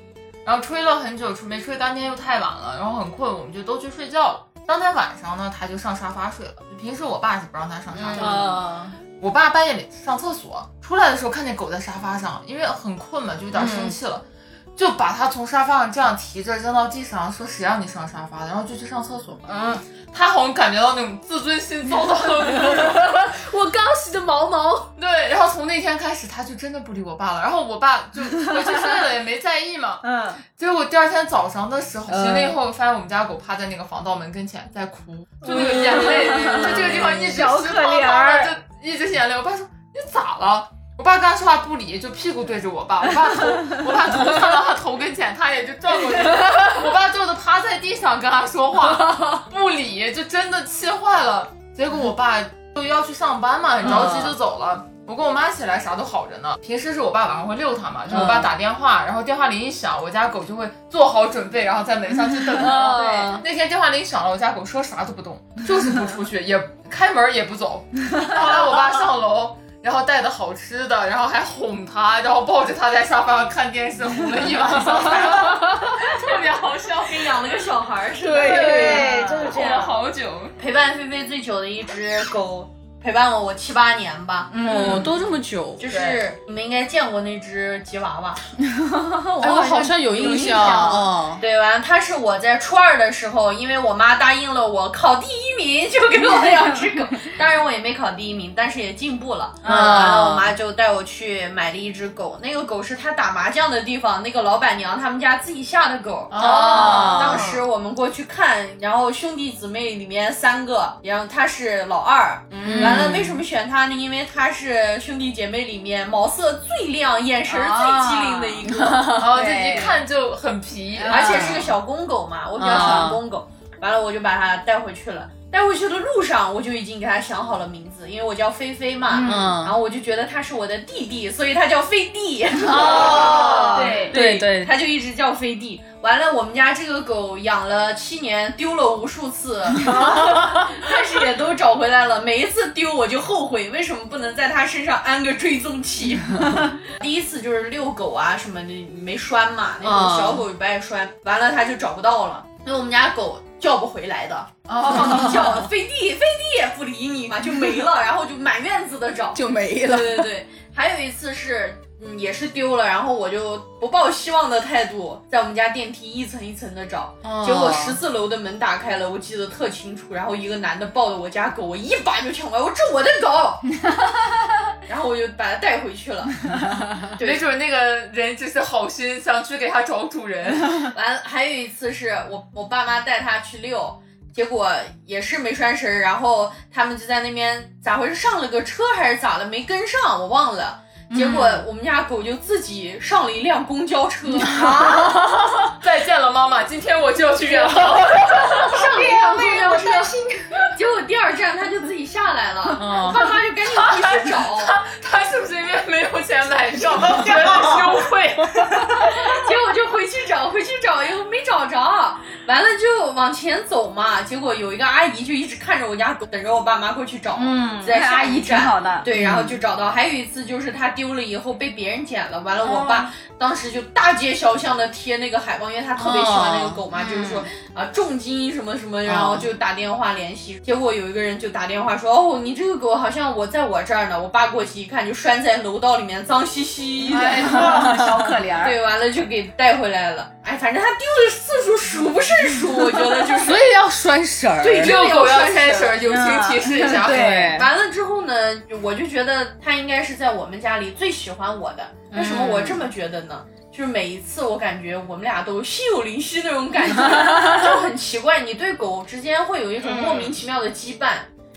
然后吹了很久，没吹干，天又太晚了，然后很困，我们就都去睡觉了。当天晚上呢，它就上沙发睡了。平时我爸是不让它上沙发的，嗯啊，我爸半夜里上厕所出来的时候，看见狗在沙发上，因为很困嘛，就有点生气了，嗯就把它从沙发上这样提着扔到地上，说谁让你上沙发的，然后就去上厕所。嗯，他好像感觉到那种自尊心遭到了侮辱。我刚洗的毛毛，对，然后从那天开始，他就真的不理我爸了。然后我爸就回去睡了，也没在意嘛。嗯，结果第二天早上的时候，嗯醒了以后，发现我们家狗趴在那个防盗门跟前在哭，就那个眼泪，就这个地方一直小湿可淆怜淆儿的，就一直眼泪。我爸说你咋了？我爸跟他说话不理，就屁股对着我爸，我爸头，我爸头看到他头跟前，他也就转过去，我爸就的趴在地上跟他说话，不理，就真的气坏了。结果我爸就要去上班嘛，很着急嗯就走了。我跟我妈起来啥都好着呢，平时是我爸晚上会遛它嗯嘛，就我爸打电话，然后电话铃一响，我家狗就会做好准备，然后在门上去等嗯它。对，那天电话铃响了，我家狗说啥都不动，就是不出去，也开门也不走。后来我爸上楼。然后带的好吃的，然后还哄它，然后抱着它在沙发上看电视，哄了一晚上， 特别好笑，跟养了个小孩似的。对，就是这哄了样。好久。陪伴菲菲最久的一只狗，陪伴了我七八年吧。哎哦，都这么久，就是你们应该见过那只吉娃娃，哎，我好像有印印象，象嗯，对完，它是我在初二的时候，因为我妈答应了我考第一名，就给我两只 狗。当然我也没考第一名，但是也进步了。嗯，然后我妈就带我去买了一只狗，那个狗是她打麻将的地方那个老板娘他们家自己下的狗。哦当时我们过去看，然后兄弟姊妹里面三个，然后他是老二。嗯，完了为什么选他呢？因为他是兄弟姐妹里面毛色最亮、眼神儿最机灵的一个。然后这一看哦就很皮，而且是个小公狗嘛，我比较喜欢公狗。完了，我就把它带回去了。带回去的路上，我就已经给它想好了名字，因为我叫菲菲嘛，然后我就觉得它是我的弟弟，所以它叫菲弟。哦对对对它就一直叫菲弟。完了，我们家这个狗养了七年，丢了无数次，但是也都找回来了。每一次丢我就后悔，为什么不能在它身上安个追踪器？第一次就是遛狗啊什么的没拴嘛，那种小狗也不爱拴，完了它就找不到了。因为我们家狗叫不回来的，哦，叫飞地飞地也不理你嘛，就没了，然后就满院子的找。就没了。对对对，还有一次是，嗯，也是丢了，然后我就不抱希望的态度，在我们家电梯一层一层的找，哦嗯结果十四楼的门打开了，我记得特清楚， 然后一个男的抱着我家狗，我一把就抢过来，我这我的狗，然后我就把它带回去了。对没准那个人只是好心想去给它找主 人。完，还有一次是我我爸妈带他去遛，结果也是没拴绳儿，然后他们就在那边咋回事上了个车还是咋了没跟上，我忘了。结果我们家狗就自己上了一辆公交车，再见了，妈妈，今天我就要去远航。 上了一呀，辆为公了我交车，担心。结果第二站它就自己下来了，我爸妈就赶紧回去找。他是不是因为没有钱买票，觉得羞愧？结果就回去找，回去找以后没找着，完了就往前走嘛。结果有一个阿姨就一直看着我家狗，等着我爸妈过去找。嗯，在那下阿一姨挺站好的，对，嗯然后就找到。还有一次就是它丢了以后被别人捡了，完哦了我爸当时就大街小巷的贴那个海报，因为他特别喜欢那哦个狗嘛，就是说嗯啊重金什么什么，然后就打电话联系。结果有一个人就打电话说，哦，你这个狗好像我在我这儿呢。我爸过去一看，就拴在楼道里面，脏兮兮哎的。小可怜儿。对，完了就给带回来了。哎，反正它丢的次数数不胜数，我觉得 就是。所以要拴绳儿。嗯对遛狗要牵绳绳，友情提示一下。对，完了之后呢，我就觉得它应该是在我们家里最喜欢我的。为什么我这么觉得呢？就是每一次我感觉我们俩都心有灵犀那种感觉， 就很奇怪。你对狗之间会有一种莫名其妙的羁绊，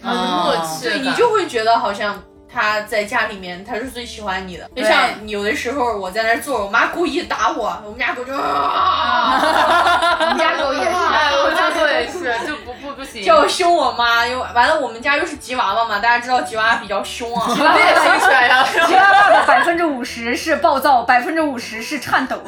嗯哦默契对感，你就会觉得好像。它在家里面，它是最喜欢你的。就像有的时候我在那儿坐着，我妈故意打我，我们家狗就啊，我们家狗也哎，是，我家狗也是，就不不不行。叫我凶我妈，又完了。我们家又是吉娃娃嘛，大家知道吉娃娃比较凶啊。我也心酸呀。吉娃娃的 百分之五十是暴躁，百分之五十是颤抖。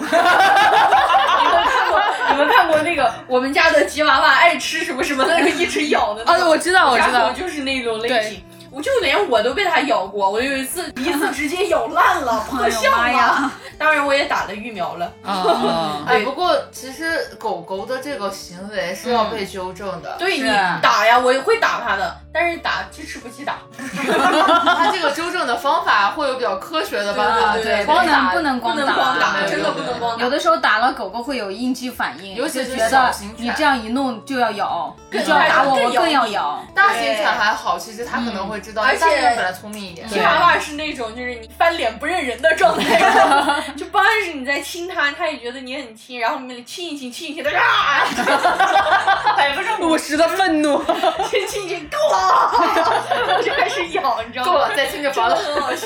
你们看过那个我们家的吉娃娃爱吃什么什么那个一直咬的那啊，个对，我知道，我知家道狗。就是那种类型。我就连我都被它咬过，我有一次鼻子直接咬烂了，破相哎呦妈了呀。啊当然我也打了疫苗了。 啊，哎，不过其实狗狗的这个行为是要被纠正的。对是你打呀，我也会打它的，但是打鸡吃不鸡打。它这个纠正的方法会有比较科学的办法，对对对不光能打不能不光能光打，对对真的不能光打有。的时候打了狗狗会有应激反应，尤其就是觉小得型犬你这样一弄就要咬，更你就要打我，更我更要咬咬。大型犬还好，其实它可能会知道，嗯而且大型犬本来聪明一点。吉娃娃是那种就是你翻脸不认人的状态，就不但是你在亲它，它也觉得你很亲，然后你们亲一亲，亲一亲，它就啊，百分之五十的愤怒， 亲亲亲，够了，就开始咬，你知道吗？够了，再亲就烦了。很好笑。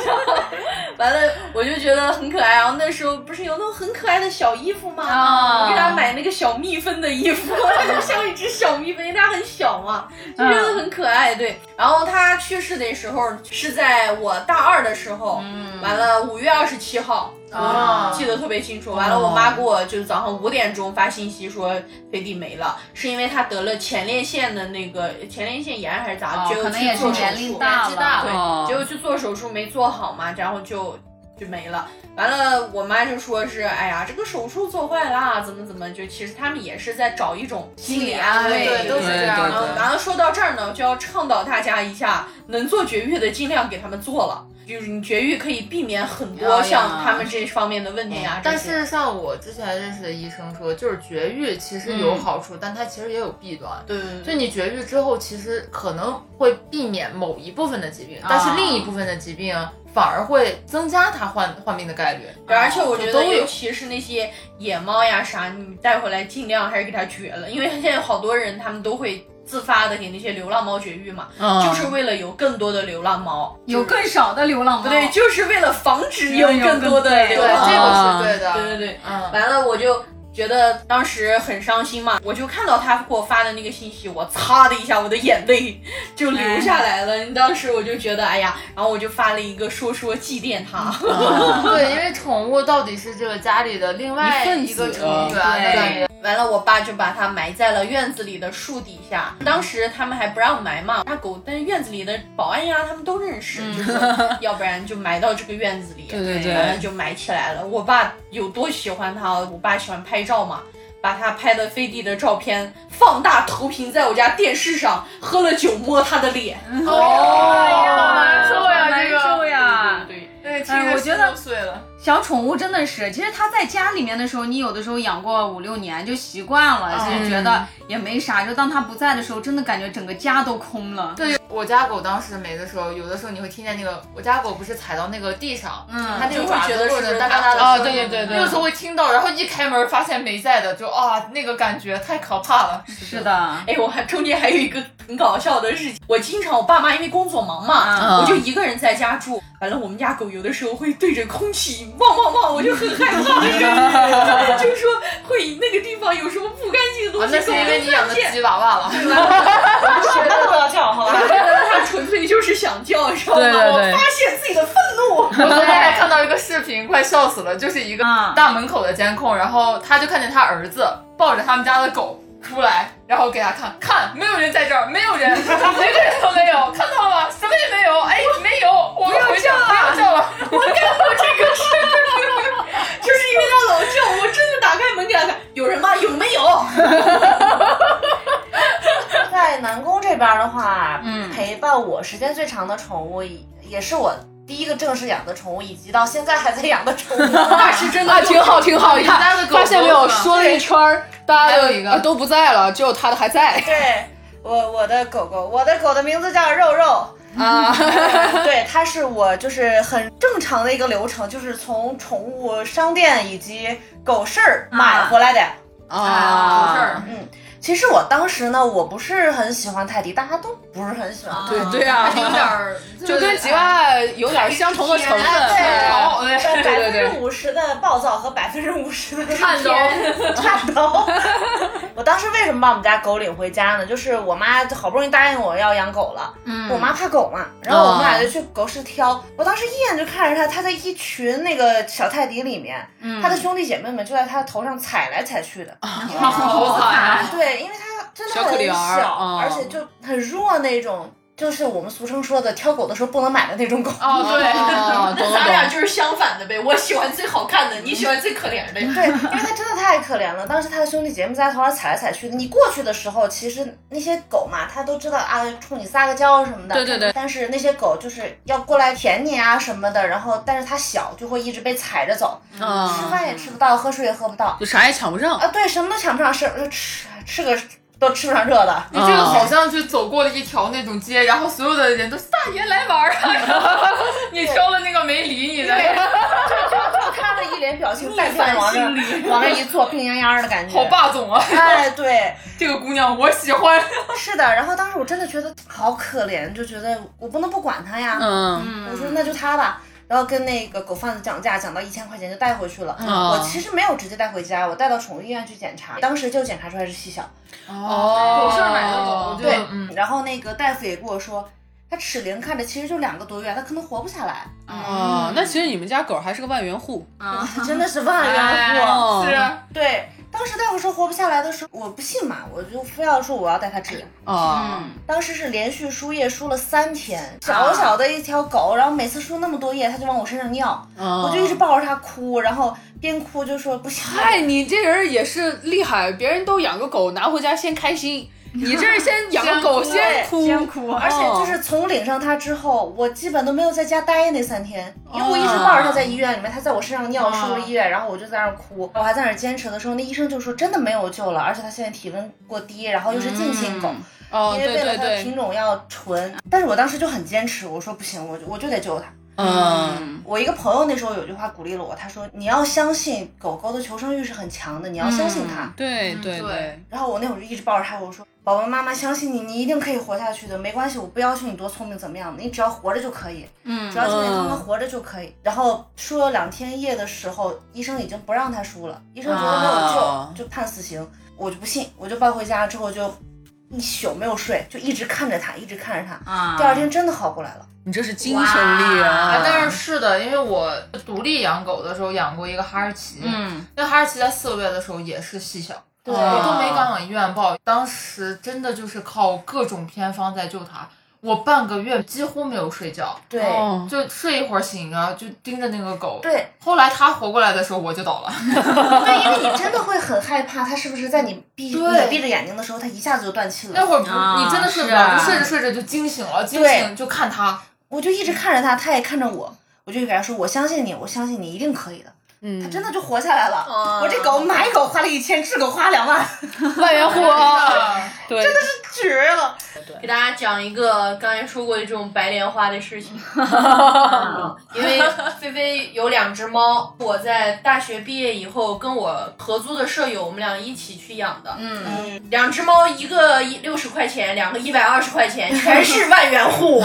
完了，我就觉得很可爱。然后那时候不是有那种很可爱的小衣服吗？啊我给他买那个小蜜蜂的衣 服，它就像一只小蜜蜂，因为它很小嘛，就觉得很可爱。对，然后它去世的时候是在我大二的时候，嗯完了五月二十七号。啊我记得特别清哦楚。完了，我妈给我就是早上五点钟发信息说飞弟没了，是因为她得了前列腺的那个前列腺炎还是哦咋？结果可能去也是做手年龄术大年纪大了了。哦对，结果去做手术没做好嘛，然后就就没了。完了，我妈就说是，哎呀，这个手术做坏啦，怎么怎么，就其实他们也是在找一种心理安慰，对，都是这样然后的。然后说到这儿呢，就要倡导大家一下，能做绝育的尽量给他们做了，就是你绝育可以避免很多像他们这方面的问题啊。但这些事实上，我之前认识的医生说，就是绝育其实有好处，但它其实也有弊端。对对就对，你绝育之后，其实可能会避免某一部分的疾病，但是另一部分的疾病反而会增加它患患病的概率。对而且我觉就得，都有尤其是那些野猫呀啥，你带回来尽量还是给它绝了，因为现在有好多人他们都会自发的给那些流浪猫绝育嘛。嗯就是为了有更多的流浪猫，有更少的流浪猫，不对，就是为了防止哦有有有更多的更对，流这浪猫。个是对的。对对对，嗯，完了我就觉得当时很伤心嘛，我就看到他给我发的那个信息，我擦的一下，我的眼泪就流下来了。当时我就觉得，哎呀，然后我就发了一个说说祭奠他，对，因为宠物到底是这个家里的另外一份一个子成员的感觉。完了，我爸就把它埋在了院子里的树底下。当时他们还不让埋嘛，那狗但是院子里的保安呀，他们都认识，就是 要不然就埋到这个院子里。嗯对对然后对，就埋起来了。我爸有多喜欢它，我爸喜欢拍照嘛，把他拍的飞地的照片放大投屏在我家电视上，喝了酒摸他的脸。嗯哦，哎呀，好难受呀，这个。好难受呀！对对对，对，听哎，着我觉得多岁了，小宠物真的是，其实它在家里面的时候，你有的时候养过五六年就习惯了，其嗯实觉得也没啥。就当它不在的时候，真的感觉整个家都空了。对我家狗当时没的时候，有的时候你会听见那个我家狗不是踩到那个地上，嗯它那个就爪会觉子得落是着哒哒哒的啊，声对音对对对，有时候会听到，然后一开门发现没在的，就啊那个感觉太可怕了。是的，哎，我还中间还有一个很搞笑的事情，我经常我爸妈因为工作忙嘛，嗯我就一个人在家住。完了，我们家狗有的时候会对着空气汪汪汪，我就很害怕， 就说会那个地方有什么不干净的东啊，西，那是因为你养的吉娃娃了，谁都不要叫好吧？ 它纯粹就是想叫，你知道吗？对对对我发泄自己的愤怒。我昨天还 看到一个视频，快笑死了，就是一个嗯大门口的监控，然后他就看见他儿子抱着他们家的狗出来，然后给他看，看没有人在这儿，没有人，一个人都没有，看到了吗？什么也没有，哎，没有，我们回去了，不要啊叫了，啊 就是因为他老叫，我真的打开门给他看，有人吗？有没有？在南宫这边的话，嗯陪伴我时间最长的宠物，也是我第一个正式养的宠物，以及到现在还在养的宠物。那是真的啊，挺好，挺好，你看大家的狗发现没有？都是说了一圈儿，大家还有一的个啊都不在了，只有他的还在 对，我我的狗狗，我的狗的名字叫肉肉。 啊。对，它是我就是很正常的一个流程，就是从宠物商店以及狗市儿买回来的。哎啊，哎狗事儿其实我当时呢，我不是很喜欢泰迪，大家都不是很喜欢。对对啊，有点儿，就跟吉娃娃有点相哎同的成分。爱对百对对分对之五十的暴躁和百分之五十的看着 颤抖。我当时为什么把我们家狗领回家呢？就是我妈好不容易答应我要养狗了，嗯我妈怕狗嘛，然后我们俩哦就去狗市挑。我当时一眼就看着它，它在一群那个小泰迪里面，嗯它的兄弟姐妹们就在它头上踩来踩去的。好惨啊！对，因为它真的啊小可很怜小，儿哦而且就很弱那种。就是我们俗称说的挑狗的时候不能买的那种狗，哦，对，啊，懂 咱俩了就是相反的呗。我喜欢最好看的，你喜欢最可怜的呀。 对，因为它真的太可怜了。当时它的兄弟姐妹在它头上踩来踩去的，你过去的时候，其实那些狗嘛，它都知道啊，冲你撒个娇什么的。对对对但是那些狗就是要过来舔你啊什么的，然后但是它小，就会一直被踩着走，懂，吃啊，饭也吃不到，喝水也喝不到就啥也抢不上。啊。对，什么都抢不上，吃呃吃吃个都吃不上热 的。你这个好像是走过了一条那种街，然后所有的人都是大爷来玩儿啊，然后你挑了那个没理你的，他的一脸表情淡定地往那儿往那儿一 坐，病怏怏的感觉。好。霸总啊！哎，对，这个姑娘我喜欢。是的。然后当时我真的觉得好可怜，就觉得我不能不管他呀。嗯，我说那就他吧。然后跟那个狗贩子讲价，讲到一千块钱就带回去了。嗯我其实没有直接带回家，我带到宠物医院去检查，当时就检查出来是细小。哦，狗事儿买的狗，我觉对得，嗯，然后那个大夫也跟我说，他齿龄看着其实就两个多月，他可能活不下来。哦，那其实你们家狗还是个万元户。啊，真的是万元户。哦是啊对，当时大夫说活不下来的时候，我不信嘛，我就非要说我要带它治疗。哦，嗯，当时是连续输液输了三天，小小的一条狗，然后每次输那么多液，它就往我身上尿，我我就一直抱着它哭，然后边哭就说不行。嗨，你这人也是厉害，别人都养个狗拿回家先开心，你这是先养个狗先哭，先哭，而且哦就是从领上它之后，我基本都没有在家待那三天，因为我一直抱着它在医院里面，它在我身上尿哦输了医院，然后我就在那儿哭，我还在那儿坚持的时候，那医生就说真的没有救了，而且它现在体温过低，然后又是近亲狗，哦，因为对为了对它的对，品种要纯，但是我当时就很坚持，我说不行，我就我就得救它。嗯，嗯我一个朋友那时候有句话鼓励了我，他说你要相信狗狗的求生欲是很强的，你要相信嗯它。对对对，然后我那会儿就一直抱着它，我说宝宝妈妈相信你，你一定可以活下去的，没关系，我不要求你多聪明怎么样的，你只要活着就可以，只嗯要健健康康活着就可以。然后输了两天液的时候，医生已经不让他输了，医生觉得没有救，哦就判死刑。我就不信，我就抱回家之后就一宿没有睡，就一直看着它，一直看着它。啊，第二天真的好过来了，你这是精神力啊啊，！但是是的，因为我独立养狗的时候养过一个哈士奇，，嗯那哈士奇在四个月的时候也是细小，对我都没敢往医院抱，当时真的就是靠各种偏方在救它，我半个月几乎没有睡觉，对、哦，就睡一会儿醒着就盯着那个狗，对，后来它活过来的时候我就倒了，因为你真的会很害怕，它是不是在你闭对你闭着眼睛的时候，它一下子就断气那了？会儿不、啊你真的睡不是着，啊就睡着睡着就惊醒了，惊对醒就看它，我就一直看着它，它也看着我，我就给他说，我相信你，我相信你一定可以的。嗯，它真的就活下来了。哦我这狗买狗花了一千，治狗花两万，万元户啊，真的是值了。给大家讲一个刚才说过的这种白莲花的事 情，因为菲菲有两只猫，我在大学毕业以后跟我合租的舍友，我们俩一起去养的。嗯，两只猫，一个六十块钱，两个一百二十块钱，全是万元 户。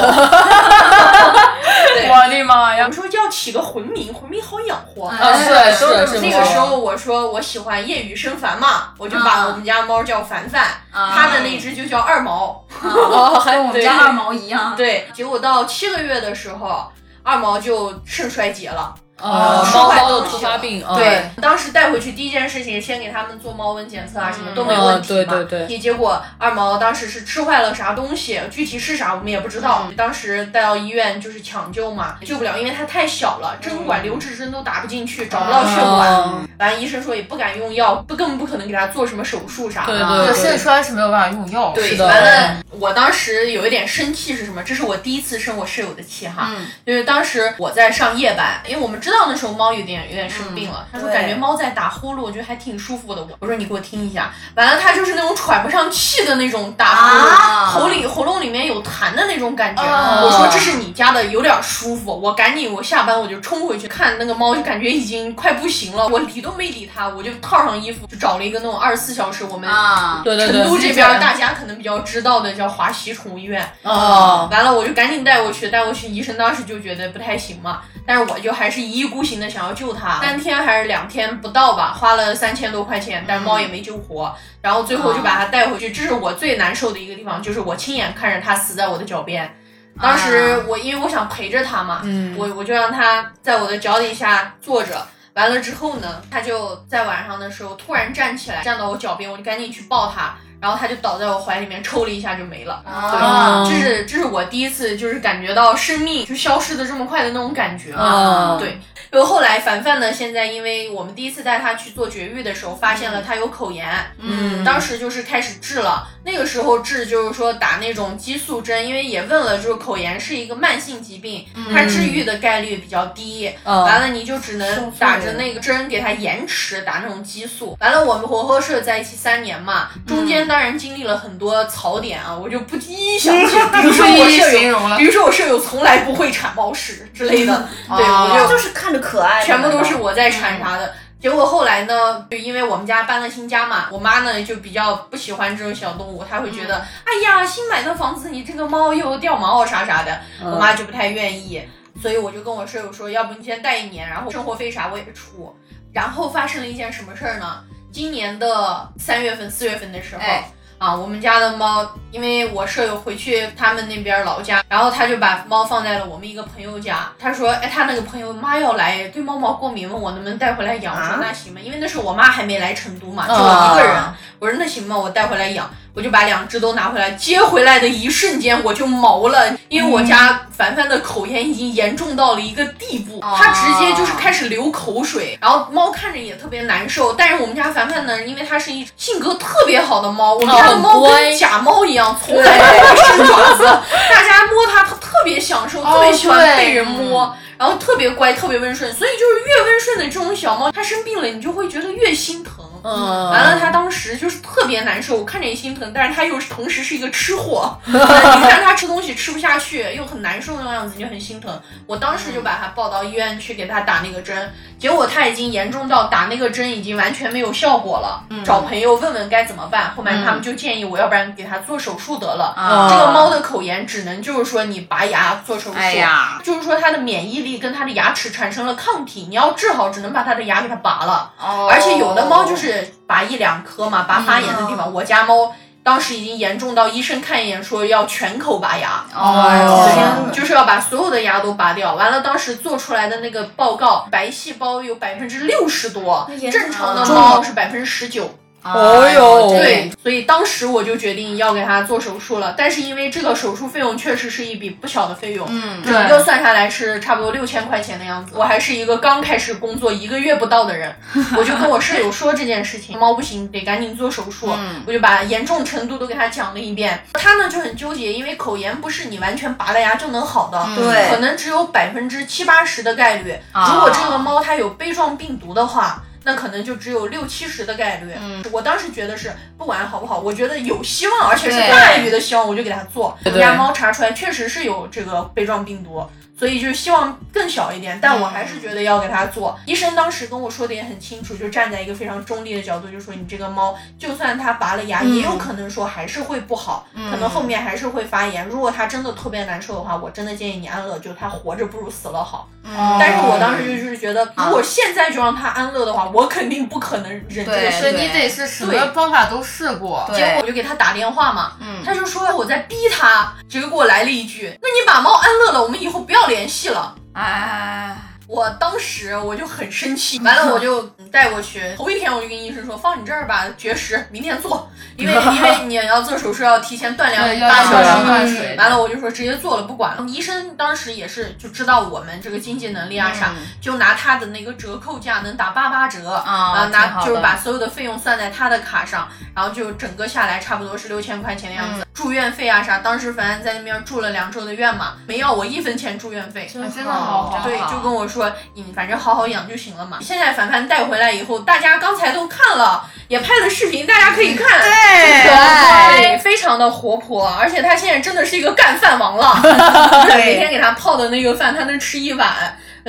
对，我的妈我呀！们说要起个魂名，魂名好养活。啊是都是是，那个时候我说我喜欢业余生烦嘛，我就把我们家猫叫凡凡，啊它的那只就叫二毛。哦，还有跟我们家二毛一啊样，对，结果到七个月的时候，二毛就肾衰竭了。呃猫猫的突发病，啊对，，当时带回去第一件事情，先给他们做猫瘟检测啊，什么都没问嗯题嘛。对对对你结果二毛当时是吃坏了啥东西，具体是啥我们也不知道。嗯当时带到医院就是抢救嘛，救不了，因为它太小嗯了，针管、留置针都打不进去，啊找不到血管。嗯完、医生说也不敢用药，不更不可能给它做什么手术啥的。对这对个对肾，衰是没有办法用药，对，的完了，我当时有一点生气是什么？这是我第一次生我室友的气哈，嗯就是当时我在上夜班，因为我们知道那时候猫有点有点生病了，他说对感觉猫在打呼噜，我觉得还挺舒服的。我我说你给我听一下，完了他就是那种喘不上气的那种打呼噜，啊喉里喉咙里面有痰的那种感觉。啊我说这是你家的，有点舒服。我赶紧我下班我就冲回去看那个猫，就感觉已经快不行了，我理都没理它，我就套上衣服就找了一个那种二十四小时我们啊，对对对，成都这边儿大家可能比较知道的叫华西宠物医院。哦，完了，我就赶紧带过去，带过去，医生当时就觉得不太行嘛，但是我就还是一意孤行的想要救它，三天还是两天不到吧，花了三千多块钱，但是嗯猫也没救活，然后最后就把它带回去，这是我最难受的一个地嗯方，就是我亲眼看着它死在我的脚边。当时我因为我想陪着它嘛，啊嗯我我就让它在我的脚底下坐着。完了之后呢，它就在晚上的时候突然站起来，站到我脚边，我就赶紧去抱它，然后它就倒在我怀里面抽了一下就没了。啊嗯对，这是这是我第一次就是感觉到生命就消失的这么快的那种感觉啊对，因为后来凡凡呢，现在因为我们第一次带他去做绝育的时候，发现了他有口炎，嗯当时就是开始治了。那个时候治就是说打那种激素针，因为也问了，就是口炎是一个慢性疾病，它治愈的概率比较低。嗯完了你就只能打着那个针给它延迟打那种激素。完了我们我和舍友在一起三年嘛，中间当然经历了很多槽点啊，我就不一一详细，比如说我一一舍形友。容了比。如说我舍友从来不会铲猫屎之类的，对啊我就就是看着可爱，全部都是我在铲啥的。结果后来呢，就因为我们家搬了新家嘛，我妈呢就比较不喜欢这种小动物，她会觉得，哎呀，新买的房子你这个猫又掉毛啊啥啥的，我妈就不太愿意。所以我就跟我舍友说，要不你先带一年，然后生活费啥我也出。然后发生了一件什么事儿呢？今年的三月份、四月份的时候。哎啊，我们家的猫，因为我舍友回去他们那边老家，然后他就把猫放在了我们一个朋友家。他说，哎，他那个朋友妈要来，对猫毛过敏，问我能不能带回来养。我说那行吧，因为那时候我妈还没来成都嘛，就我一个人。我说那行吧，我带回来养。我就把两只都拿回来，接回来的一瞬间我就毛了，因为我家凡凡的口炎已经严重到了一个地步，它直接就是开始流口水，然后猫看着也特别难受。但是我们家凡凡呢，因为它是一性格特别好的猫，我们家的猫很乖跟假猫一样，从来不会伸爪子， 大家摸它，它特别享受，特别喜欢被人摸。然后特别乖，特别温顺，所以就是越温顺的这种小猫，它生病了，你就会觉得越心疼。嗯完了，他当时就是特别难受，我看着也心疼，但是他又是同时是一个吃 货，你看他吃东西吃不下去，又很难受那样子，你就很心疼。我当时就把他抱到医院去给他打那个针，结果他已经严重到打那个针已经完全没有效果了，嗯找朋友问问该怎么办。后面他们就建议我，要不然给他做手术得了。啊这个猫的口炎只能就是说你拔牙做手术，哎呀，就是说它的免疫力跟它的牙齿产生了抗体，你要治好只能把它的牙给它拔了。哦而且有的猫就是拔一两颗嘛，拔发炎的地方。我家猫当时已经严重到医生看一眼说要全口拔牙，哎哦，天哪就是要把所有的牙都拔掉。完了，当时做出来的那个报告，白细胞有百分之六十多那也，是正常的重猫是百分之十九。哎哦呦，哎对，所以当时我就决定要给他做手术了，但是因为这个手术费用确实是一笔不小的费用，嗯，整个算下来是差不多六千块钱的样子。我还是一个刚开始工作一个月不到的 人，我就跟我舍友说这件事情，猫不行，得赶紧做手术，我就把严重程度都给他讲了一遍。他呢就很纠结，因为口炎不是你完全拔了牙就能好的，对可能只有百分之七八十的概率。如果这个猫它有杯状病毒的话。那可能就只有六七十的概率。嗯，我当时觉得是不管好不好，我觉得有希望，而且是对大于的希望，我就给它做。我对们家猫查出来确实是有这个杯状病毒，所以就是希望更小一点，但我还是觉得要给它嗯做。医生当时跟我说的也很清楚，就站在一个非常中立的角度，就说你这个猫就算它拔了牙，也有可能说还是会不好，嗯可能后面还是会发炎。如果它真的特别难受的话，我真的建议你安乐，就它活着不如死了好。嗯但是我当时就是觉得，如果现在就让它安乐的话，我肯定不可能忍这个对事。所以你得是什么方法都试过，结果我就给他打电话嘛，嗯嗯他就说哎我在逼他，结果给我来了一句：“那你把猫安乐了，我们以后不要联系了。”哎，我当时我就很生 气，完了我就带过去。头一天我就跟医生说，放你这儿吧，绝食，明天做，因为因为你要做手术要提前 断对，粮要八小小心时。断嗯水。完了，我就说直接做了，不管了。医生当时也是就知道我们这个经济能力啊啥，嗯就拿他的那个折扣价能打八八折啊啊，拿挺好的就是把所有的费用算在他的卡上，然后就整个下来差不多是六千块钱嗯的样子。住院费啊啥，当时反正在那边住了两周的院嘛，没要我一分钱住院费，哎真的好好，哦对，就跟我说，你反正好好养就行了嘛。现在凡凡带回来以后，大家刚才都看了，也拍了视频，大家可以看。对，对，非常的活泼，而且他现在真的是一个干饭王了。每天给他泡的那个饭，他能吃一碗。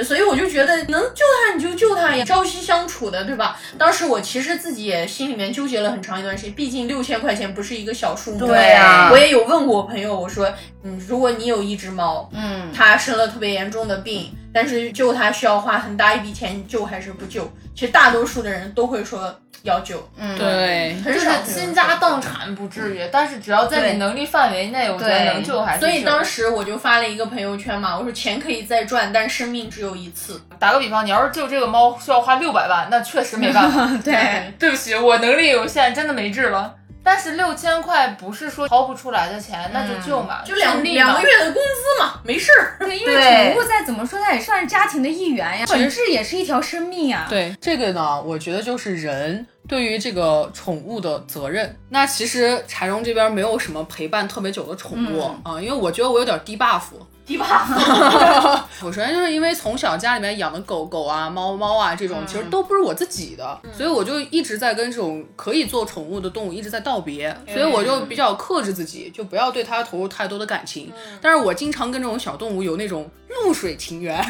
所以我就觉得能救他你就救他呀，朝夕相处的，对吧？当时我其实自己也心里面纠结了很长一段时间，毕竟六千块钱不是一个小数目。对啊我也有问过我朋友，我说，嗯，如果你有一只猫，嗯，它生了特别严重的病，但是救它需要花很大一笔钱，你救还是不救？其实大多数的人都会说要救，对，很就少会有是倾人说家荡产不至于，但是只要在对你能力范围内，我觉得对能救还是所以救当时我就发了一个朋友圈嘛，我说钱可以再赚，但生命只有一次。打个比方，你要是救这个猫需要花六百万，那确实没办法。对，对不起，我能力有限，真的没治了。但是六千块不是说掏不出来的钱，那就救嘛，就两尽力两嘛个月的工资嘛，没事儿。对，因为宠物再怎么说，它也算是家庭的一员呀，本质也是一条生命呀。对这个呢，我觉得就是人对于这个宠物的责任。那其实柴荣这边没有什么陪伴特别久的宠物啊、因为我觉得我有点低 buff。嗯低 buff， 我首先就是因为从小家里面养的狗狗啊、猫猫啊这嗯种，其实都不是我自己的，所以我就一直在跟这种可以做宠物的动物一直在道别，嗯所以我就比较克制自己，就不要对它投入太多的感情。嗯但是我经常跟这种小动物有那种露水情缘，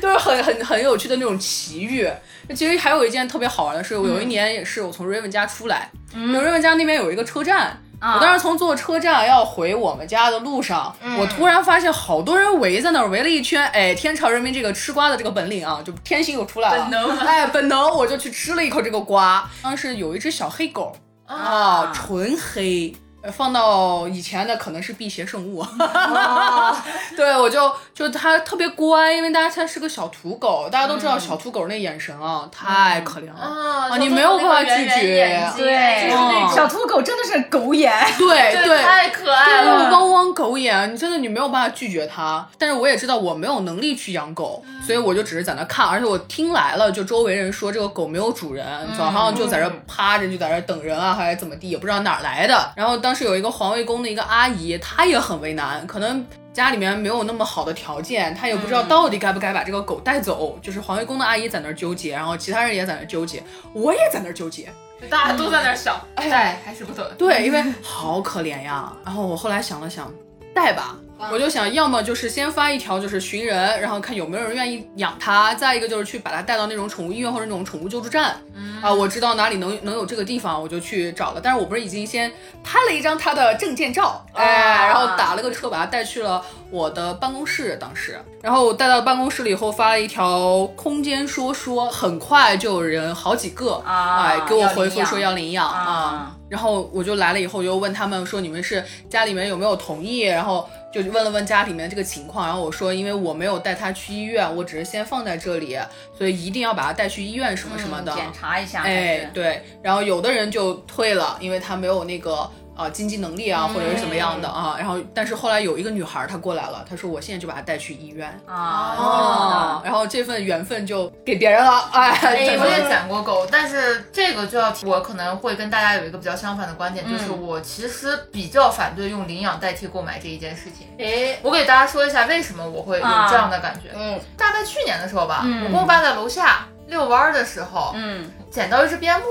就是很很很有趣的那种奇遇。其实还有一件特别好玩的事，我有一年也是我从瑞文家出来，就瑞文家那边有一个车站，我当时从坐车站要回我们家的路上，我突然发现好多人围在那儿围了一圈，哎，天朝人民这个吃瓜的这个本领啊，就天性又出来了，本能，哎，本能，我就去吃了一口这个瓜。当时有一只小黑狗啊，纯黑。呃放到以前的可能是辟邪圣物，哦 对我就就它特别乖，因为大家它是个小土狗，大家都知道小土狗那眼神啊，太可怜了，啊嗯啊你没有办法拒绝哦哦对就是那种小土狗真的是狗眼，对对，太可对，爱了。汪汪狗眼，你真的你没有办法拒绝它。但是我也知道我没有能力去养狗，所以我就只是在那看，而且我听来了，就周围人说这个狗没有主人，早上就在这趴着，就在这等人啊，还是怎么地，也不知道哪儿来的。然后当时有一个环卫工的一个阿姨，她也很为难，可能。家里面没有那么好的条件，她也不知道到底该不该把这个狗带走。就是环卫工的阿姨在那儿纠结，然后其他人也在那儿纠结，我也在那儿纠结。大家都在那儿想，哎，还是不走。对，因为好可怜呀。然后我后来想了想，带吧。我就想要么就是先发一条就是寻人，然后看有没有人愿意养它；再一个就是去把它带到那种宠物医院或者那种宠物救助站。啊，我知道哪里能能有这个地方，我就 去找了。但是我不是已经先拍了一张它的证件照，啊哎，然后打了个车把它带去了我的办公室。当时，然后我带到办公室了以后，发了一条空间说说，很快就有人好几个啊哎给我要回领复说养要领养啊然后我就来了以后，就问他们说你们是家里面有没有同意，然后就问了问家里面这个情况，然后我说，因为我没有带它去医院，我只是先放在这里，所以一定要把它带去医院什么什么的。嗯检查一下，哎，，对，然后有的人就退了，因为他没有那个呃经济能力啊，或者是怎么样的啊。然后，但是后来有一个女孩儿她过来了，她说我现在就把她带去医院。啊，哦，然后这份缘分就给别人了，哎，哎， 真我的也攒过狗，但是这个就要提我可能会跟大家有一个比较相反的观点，就是我其实比较反对用领养代替购买这一件事情。哎，我给大家说一下为什么我会有这样的感觉。嗯，大概去年的时候吧，嗯我跟我爸在楼下遛弯儿的时候，嗯，捡到一只边牧。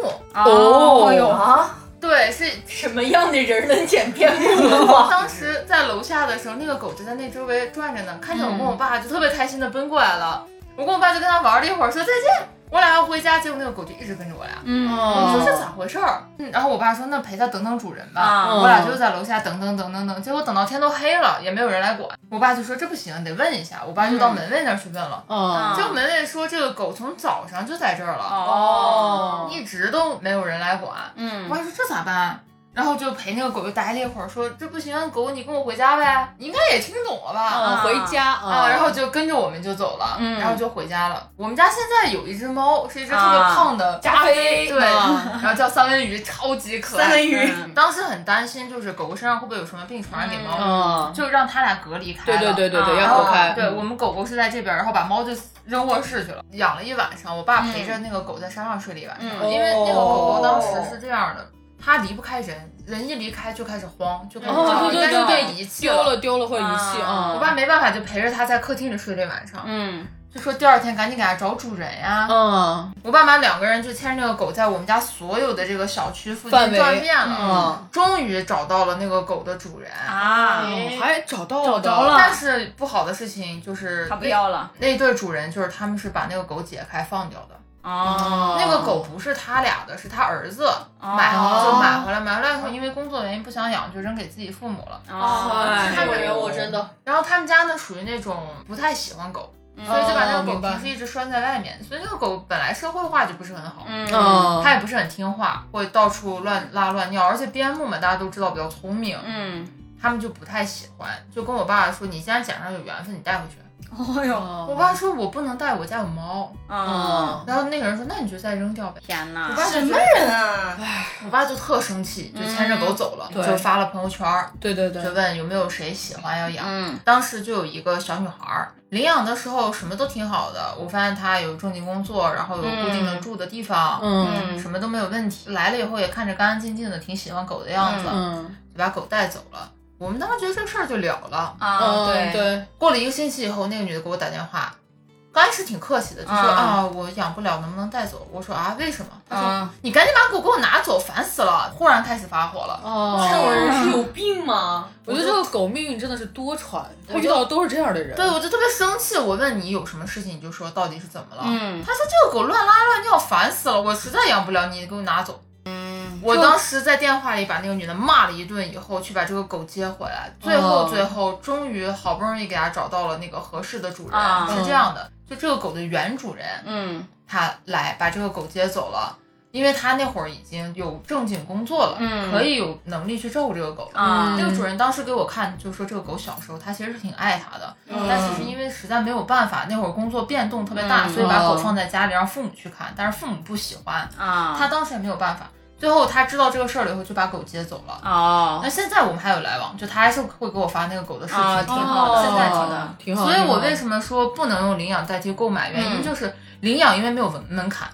哦哟，啊，对，是什么样的人能捡遍目呢？当时在楼下的时候，那个狗就在那周围转着呢，看见我跟我爸就特别开心的奔过来了。我跟我爸就跟他玩了一会儿，说再见。我俩要回家，结果那个狗就一直跟着我俩。嗯我说哦，这咋回事儿？嗯，然后我爸说那陪它等等主人吧。啊我俩就在楼下等等等等等，结果等到天都黑了，也没有人来管。我爸就说这不行，得问一下。我爸就到门卫那儿去问了。嗯，结果门卫说这个狗从早上就在这儿了，哦，一直都没有人来管。我嗯爸说这咋办？然后就陪那个狗又待了一会儿，说这不行，狗你跟我回家呗，你应该也听懂了吧？嗯，回家啊，啊，然后就跟着我们就走了，哦嗯然后就回家了。我们家现在有一只猫，是一只特别啊胖的加菲对， 然后叫三文鱼，超级可爱。三文鱼，嗯当时很担心，就是狗狗身上会不会有什么病传染给猫，嗯，就让它俩隔离开对了。对对对对，然要后隔开，对我们狗狗是在这边，然后把猫就扔卧室去了，养了一晚上。我爸陪着那个狗在山上睡了一晚上，嗯因为那个狗狗当时是这样的，它离不开人，人一离开就开始慌，就开始叫，哦，对应该对就对被对遗，弃丢了。丢了会遗弃啊啊。我爸没办法，就陪着它在客厅里睡了一晚上，嗯就说第二天赶紧给它找主人呀、嗯我爸妈两个人就牵着那个狗，在我们家所有的这个小区附范近围转遍了，嗯终于找到了那个狗的主人。啊，哦还找到了，找着了但是不好的事情就是他不要了那那对主人，就是他们是把那个狗解开放掉的。哦，那个狗不是他俩的，是他儿子买就买回来，买回来以后因为工作原因不想养，就扔给自己父母了。哦，哎这种人我真的然后他们家呢属于那种不太喜欢狗，嗯所以就把那个哦狗明白平时一直拴在外面，所以那个狗本来社会化就不是很好。嗯嗯，它也不是很听话，会到处乱拉乱尿，而且边牧嘛，大家都知道比较聪明，嗯，他们就不太喜欢，就跟我爸说，你既然捡上有缘分，你带回去。哦哟，我哦爸说我不能带，我家有猫。嗯，嗯，然后那个人说，那你就再扔掉呗。天我哪，爸就什觉么得人啊？嗯我爸就特生气，就牵着狗走了，对就发了朋友圈儿，对对就对，问有没有谁喜欢要养。嗯当时就有一个小女孩儿，领养的时候什么都挺好的，我发现她有正经工作，然后有固定的住的地方，嗯嗯什么都没有问题。来了以后也看着干干净净的，挺喜欢狗的样子，嗯就把狗带走了。我们当时觉得这个事儿就了了。啊，嗯对，对，过了一个星期以后，那个女的给我打电话，刚开始挺客气的，就说嗯啊我养不了，能不能带走？我说啊，为什么？她说、嗯你赶紧把狗给我拿走，烦死了！忽然开始发火了。哦，这种人是 有病吗？我觉得这个狗命运真的是多舛，他遇到的都是这样的人。对，我就特别生气。我问你有什么事情，你就说到底是怎么了。嗯他说这个狗乱拉乱尿，烦死了，我实在养不了，你给我拿走。嗯，我当时在电话里把那个女的骂了一顿，以后去把这个狗接回来，最后哦最后终于好不容易给它找到了那个合适的主人，啊是这样的，就这个狗的原主人，嗯他来把这个狗接走了。因为他那会儿已经有正经工作了，嗯可以有能力去照顾这个狗了。啊那个主人当时给我看，就说这个狗小时候他其实是挺爱它的，嗯但是是因为实在没有办法，那会儿工作变动特别大，嗯所以把狗放在家里让父母去看，但是父母不喜欢，啊，他当时也没有办法。最后他知道这个事儿了以后，就把狗接走了。哦那现在我们还有来往，就他还是会给我发那个狗的视频，啊，挺好的，现在挺好的，哦挺好。所以我为么什么说不能用领养代替购买？原因嗯就是领养因为没有门门槛，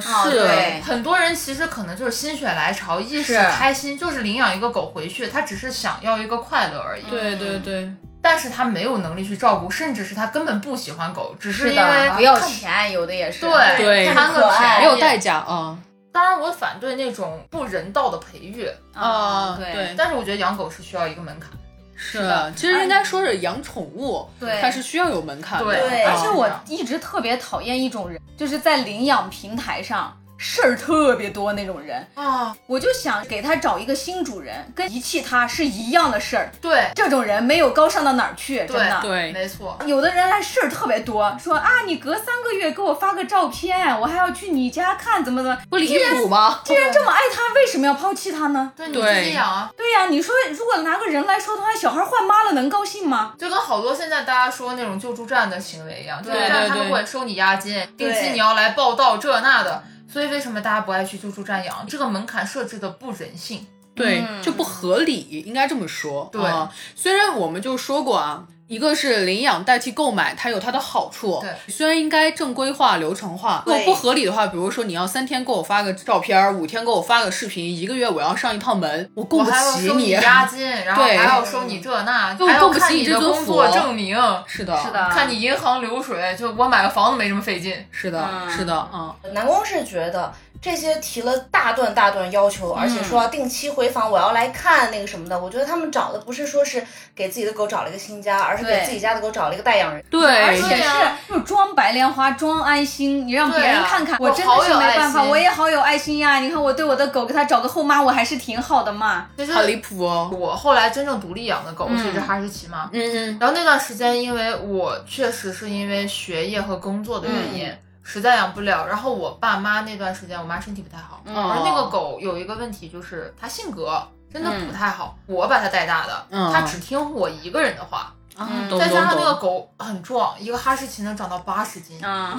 哦对是很多人其实可能就是心血来潮，一时是开心，就是领养一个狗回去，他只是想要一个快乐而已。对对对，但是他没有能力去照顾，甚至是他根本不喜欢狗，只是因为的，不要钱，有的也是，对对贪个可爱便宜没有代。价啊当然，我反对那种不人道的培育，啊，对嗯对但是我觉得养狗是需要一个门槛。是的，其实应该说是养宠物，对它是需要有门槛的。对啊而且我一直特别讨厌一种人，就是在领养平台上，事儿特别多那种人，啊，我就想给它找一个新主人，跟遗弃它是一样的事儿。对这种人没有高尚到哪儿去，真对的。对，没错，有的人还事儿特别多，说啊，你隔三个月给我发个照片，我还要去你家看，怎么怎么。不离谱吗？既然这么爱他，为什么要抛弃他呢？对你对自己养啊，对呀、你说如果拿个人来说的话，小孩换妈了能高兴吗？就跟好多现在大家说那种救助站的行为一样，救助对站对他们对会收你押金，定期对你要来报到这那的，所以为什么大家不爱去救助站养？这个门槛设置的不人性。对，就不合理，应该这么说。嗯对啊虽然我们就说过啊，一个是领养代替购买，它有它的好处。对，虽然应该正规化、流程化，如果对不合理的话，比如说你要三天给我发个照片儿，五天给我发个视频，一个月我要上一趟门，我我供不还要起收你押金，然后还对要收你这那，我还要供不看起你你这的尊工作佛证明， 是的，是，的看你银行流水。就我买个房子没这么费劲。是嗯的，是的，啊，南宫是觉得这些提了大段大段要求，而且说要定期回访，我要来看那个什么的。我觉得他们找的不是说是给自己的狗找了一个新家，而是给对自己家的狗找了一个代养人。而对，且对是啊就装白莲花，装安心，你让别对人啊看看，我真的好是有没爱办法，心我也好有爱心呀！你看我对我的狗，给它找个后妈，我还是挺好的嘛。其实好离谱哦。我后来真正独立养的狗是一只哈士奇嘛，嗯然后那段时间，因为我确实是因为学业和工作的原因，嗯实在养不了。然后我爸妈那段时间，我妈身体不太好，嗯，而哦那个狗有一个问题，就是它性格真的不太好。我把它带大的，嗯它只听我一个人的话。啊，懂再加懂上那个懂，嗯狗很壮，一个哈士奇能长到八十斤，啊，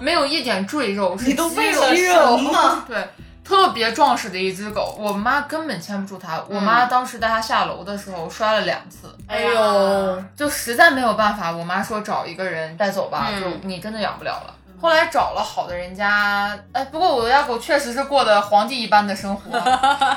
没有一点赘肉，是你都肌为肉了什么？ 对，特别壮实的一只狗，我妈根本牵不住它。我妈当时带它下楼的时候摔了两次，嗯哎呦，就实在没有办法，我妈说找一个人带走吧，嗯就你真的养不了了。嗯后来找了好的人家，哎，不过我家狗确实是过的皇帝一般的生 活，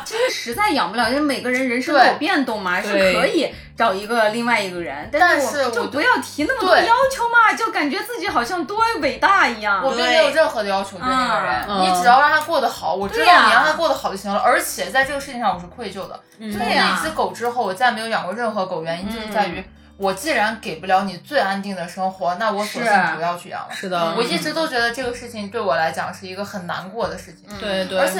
其实实在养不了，因为每个人人生对有变动嘛，是对可以找一个另外一个人，但是是我我就就不要提那么多对要求嘛，就感觉自己好像多伟大一样。我并没有任何的要求对那个人，嗯你只要让他过得好，我知对道呀嗯你让他过得好就行了。而且在这个事情上我是愧疚的，就是对呀嗯那只狗之后，我再没有养过任何狗，原因就是在于我既然给不了你最安定的生活，那我索性是不要去养了。是的，我一直都觉得这个事情对我来讲是一个很难过的事情，对对，而且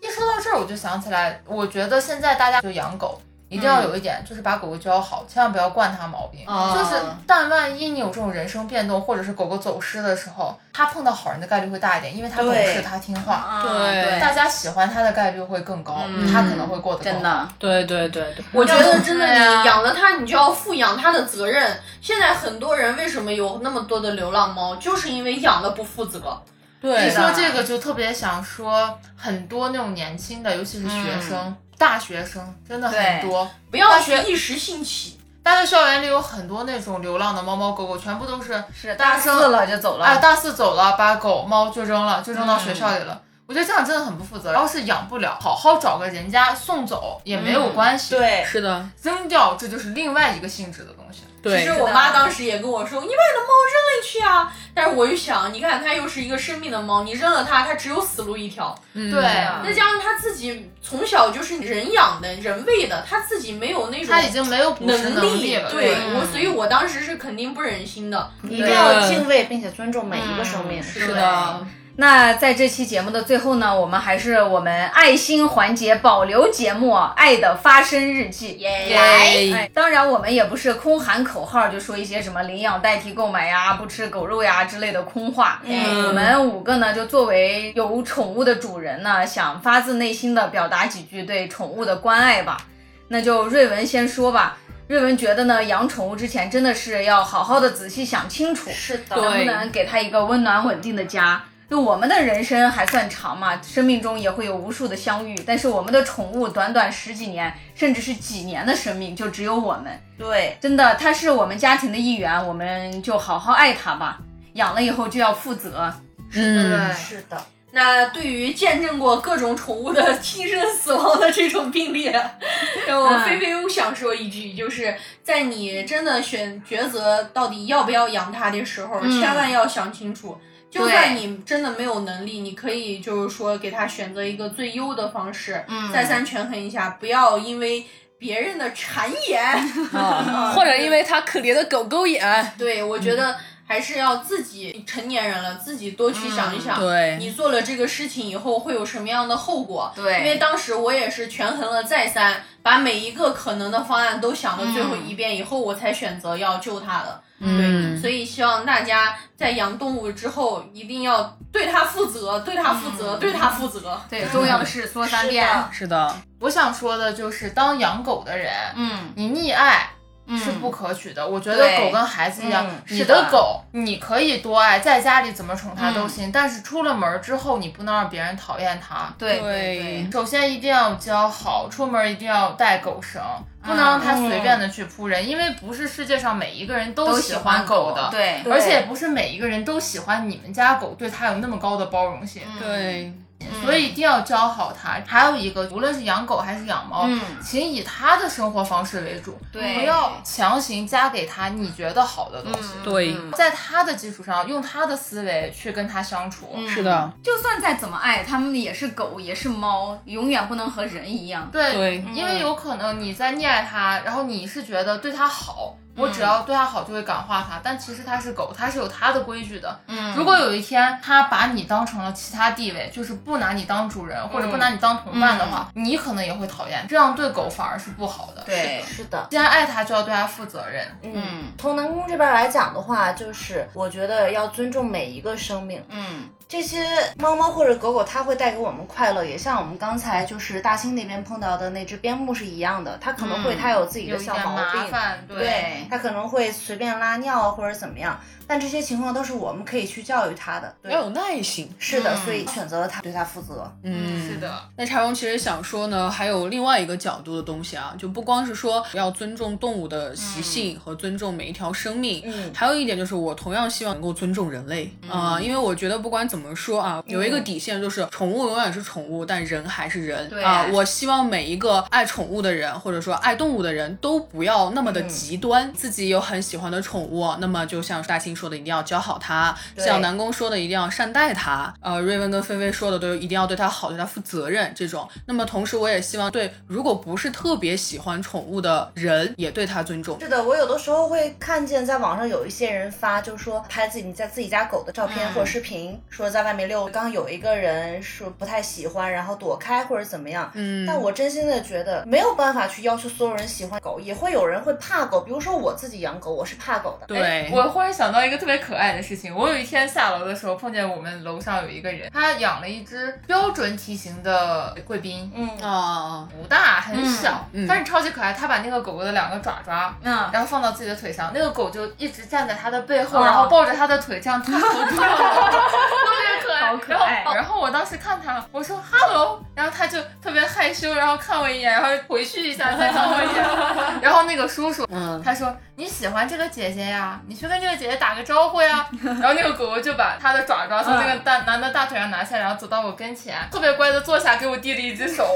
一说到这儿，我就想起来，我觉得现在大家就养狗。一定要有一点，就是把狗狗教好，千万不要惯它毛病。哦就是，但万一你有这种人生变动，或者是狗狗走失的时候，它碰到好人的概率会大一点，因为它懂对事，它听话，啊对大家喜欢它的概率会更高，它可能会过得嗯更真好。的，对对对 对，我觉得真的，对啊你养了它，你就要负养它的责任。现在很多人为什么有那么多的流浪猫，就是因为养的不负责。对一说这个就特别想说，很多那种年轻的，尤其是学生、大学生，真的很多。不要大学一时兴起，大学校园里有很多那种流浪的猫猫狗狗，全部都是是大大生四了就走了。嗯哎，大四走了，把狗猫就扔了，就扔到学校里了。我觉得这样真的很不负责。要是养不了，好好找个人家送走也没有嗯关系，对，是的，扔掉这就是另外一个性质的东西。对其实我妈当时也跟我说：“你把你的猫扔了去啊！”但是我一想，你看它又是一个生病的猫，你扔了它，它只有死路一条。嗯嗯对，啊再加上它自己从小就是人养的、人喂的，它自己没有那种它已经没有捕食能力了。嗯对我，所以我当时是肯定不忍心的。一定要敬畏并且尊重每一个生命。是是的，那在这期节目的最后呢，我们还是我们爱心环节保留节目《爱的发生日记》耶哎哎，当然我们也不是空喊口号，就说一些什么领养代替购买呀、不吃狗肉呀之类的空话。嗯我们五个呢，就作为有宠物的主人呢，想发自内心的表达几句对宠物的关爱吧。那就瑞文先说吧。瑞文觉得呢，养宠物之前真的是要好好的仔细想清楚，是的，能不对能给它一个温暖稳定的家。就我们的人生还算长嘛，生命中也会有无数的相遇，但是我们的宠物短短十几年，甚至是几年的生命，就只有我们。对，真的，它是我们家庭的一员，我们就好好爱它吧。养了以后就要负责。嗯，对是的，那对于见证过各种宠物的亲身死亡的这种病例， 我嗯菲菲我想说一句，就是在你真的选抉择到底要不要养它的时候，嗯千万要想清楚。就对算你真的没有能力，你可以就是说给它选择一个最优的方式，嗯再三权衡一下，不要因为别人的谗言。 啊或者因为他可怜的狗狗眼，对，我觉得还是要自己成年人了，自己多去想一想，嗯对你做了这个事情以后会有什么样的后果。对因为当时我也是权衡了再三，把每一个可能的方案都想了最后嗯一遍以后，我才选择要救他的。嗯所以希望大家在养动物之后，一定要对它负责，对它负责，对它负责。嗯对，重要的事说三遍。是的，我想说的就是，当养狗的人，嗯，你溺爱嗯是不可取的。我觉得对狗跟孩子一样，嗯你是的嗯的狗你可以多爱，在家里怎么宠它都行，但是出了门儿之后，你不能让别人讨厌它。对对首先一定要教好，出门一定要带狗绳，不啊能让它随便的去扑人，因为不是世界上每一个人都喜喜欢狗狗的，对而且也不是每一个人都喜欢你们家狗，对它有那么高的包容性。嗯对，所以一定要教好它。还有一个，无论是养狗还是养猫，嗯请以它的生活方式为主，对不要强行加给它你觉得好的东西。嗯对，在它的基础上，用它的思维去跟它相处。嗯是的，就算再怎么爱，它们也是狗，也是猫，永远不能和人一样。对，对因为有可能你在溺爱它，然后你是觉得对它好，我只要对它好就会感化它，但其实它是狗，它是有它的规矩的。嗯如果有一天它把你当成了其他地位，就是不拿你当主人或者不拿你当同伴的话，你可能也会讨厌，这样对狗反而是不好的。，对，是的，既然爱它就要对它负责任。嗯从南宫这边来讲的话，就是我觉得要尊重每一个生命。嗯，这些猫猫或者狗狗，它会带给我们快乐，也像我们刚才就是大兴那边碰到的那只边牧是一样的，它可能会它有自己嗯有的一小点毛麻病，烦，对，它可能会随便拉尿啊或者怎么样，但这些情况都是我们可以去教育它的。对，要有耐心。是的，嗯所以选择了它，对它负责。嗯，是。的，那茶荣其实想说呢，还有另外一个角度的东西啊，就不光是说要尊重动物的习性和尊重每一条生命，嗯还有一点就是我同样希望能够尊重人类啊、因为我觉得不管怎么说啊，有一嗯个底线就是宠物永远是宠物，但人还是人对啊。我希望每一个爱宠物的人，或者说爱动物的人都不要那么嗯的极端，自己有很喜欢的宠物，那么就像大兴说的，一定要教好它，对像南宫说的，一定要善待它。呃，瑞文跟菲菲说的都一定要对它好，对它负责任这种。那么同时，我也希望对如果不是特别喜欢宠物的人，也对它尊重。是的，我有的时候会看见在网上有一些人发，就说拍自己你在自己家狗的照片嗯或者视频，说在外面遛，刚有一个人说不太喜欢，然后躲开或者怎么样。嗯，但我真心的觉得没有办法去要求所有人喜欢狗，也会有人会怕狗。比如说我自己养狗，我是怕狗的。对，哎我忽然想到一个特别可爱的事情。我有一天下楼的时候碰见我们楼上有一个人，他养了一只标准体型的贵宾，嗯，啊啊不大很小，嗯嗯但是超级可爱。他把那个狗狗的两个爪爪。嗯，然后放到自己的腿上，那个狗就一直站在他的背后，哦然后抱着他的腿这 样突突跳，特别可爱。好可爱然后，然后我当时看他，我说 “hello”，然后他就特别害羞，然后看我一眼，然后回去一下，再看我一眼。 然后那个叔叔嗯，他说：“你喜欢这个姐姐呀，你去跟这个姐姐打个招 呼呀。”然后那个狗狗就把它的爪爪从那嗯个大男的大腿上拿下来，然后走到我跟前，特别乖的坐下，给我递了一 只手。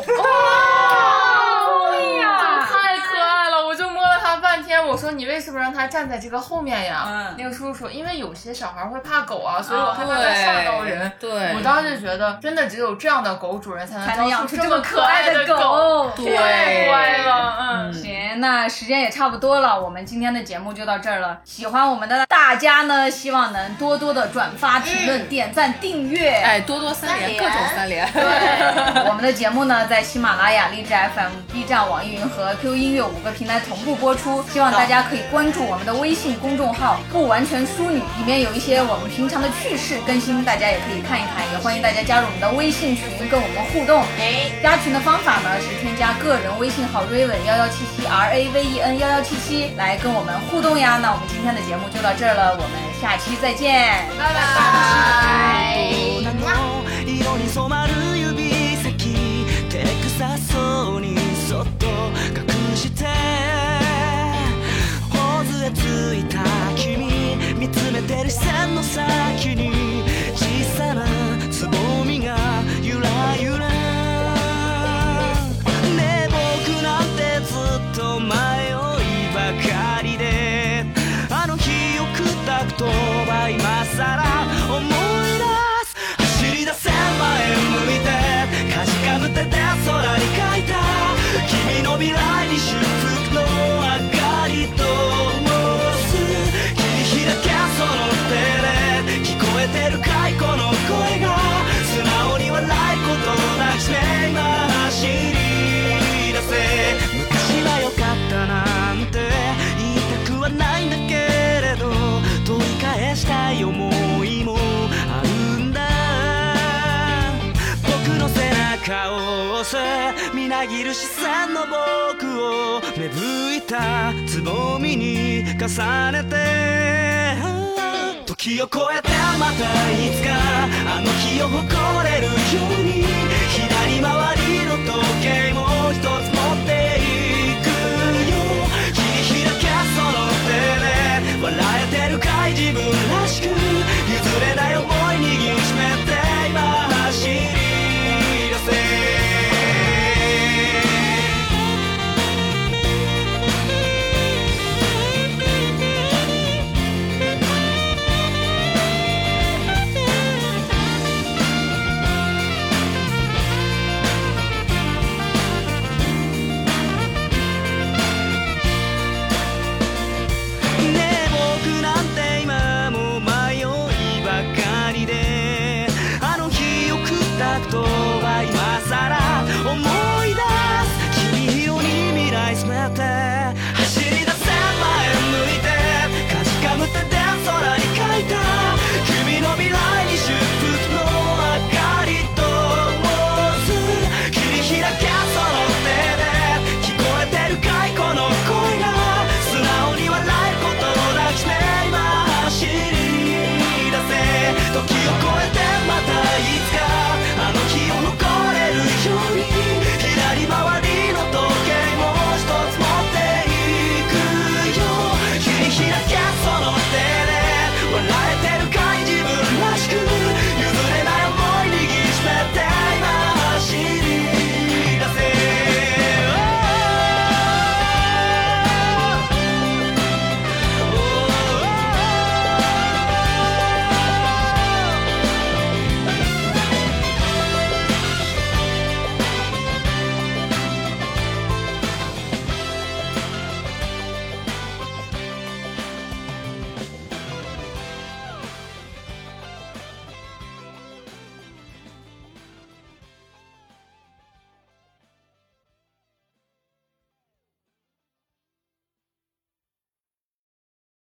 哇，对呀太可爱了！我就摸了它半天，我说你为什么让它站在这个后面呀？嗯哦那个叔叔说，因为有些小孩会怕狗啊，所以我害怕它吓到人。对，我当时就觉得，真的只有这样的狗主人才才能能养教出这么可爱的狗，狗。对太乖了，嗯。行，那时间也差不多了，我们今天的节目就到这儿了。喜欢我们的大家呢，希望能多多的转发、评 论、点赞、订阅。哎，多多三连，各种三连。 对，我们的节目呢，在喜马拉雅、荔枝 FM、B 站、网易云和 QQ 音乐五个平台同步播出。希望大家可以关注我们的微信公众号“不完全淑女”，里面有一些我们平常的趣事更新，大家也可以看一看。也欢迎大家加入我们的微信群，跟我们互动。哎加群的方法呢是添加个人微信号 raven 幺幺七七 r a v e n 幺幺七七来跟我们互动呀。那我们今天的节目就到这儿了，我们下期再见，拜拜。色に染まる指先照れくさそうにそっと隠して頬杖ついた君見つめてる視線の先に小さなつぼみがゆらゆらねえ僕なんてずっと迷いばかりであの日をくたくとば今さら思い出す走り出せ前向いてかじかむ手で空に描いた君の未来に祝福の明かりとす切り開けその二ない思いもあるんだ僕の背中を押すみなぎる視線の僕を芽吹いたつぼみに重ねて時を越えてまたいつかあの日を誇れるように左回りの時計も一つ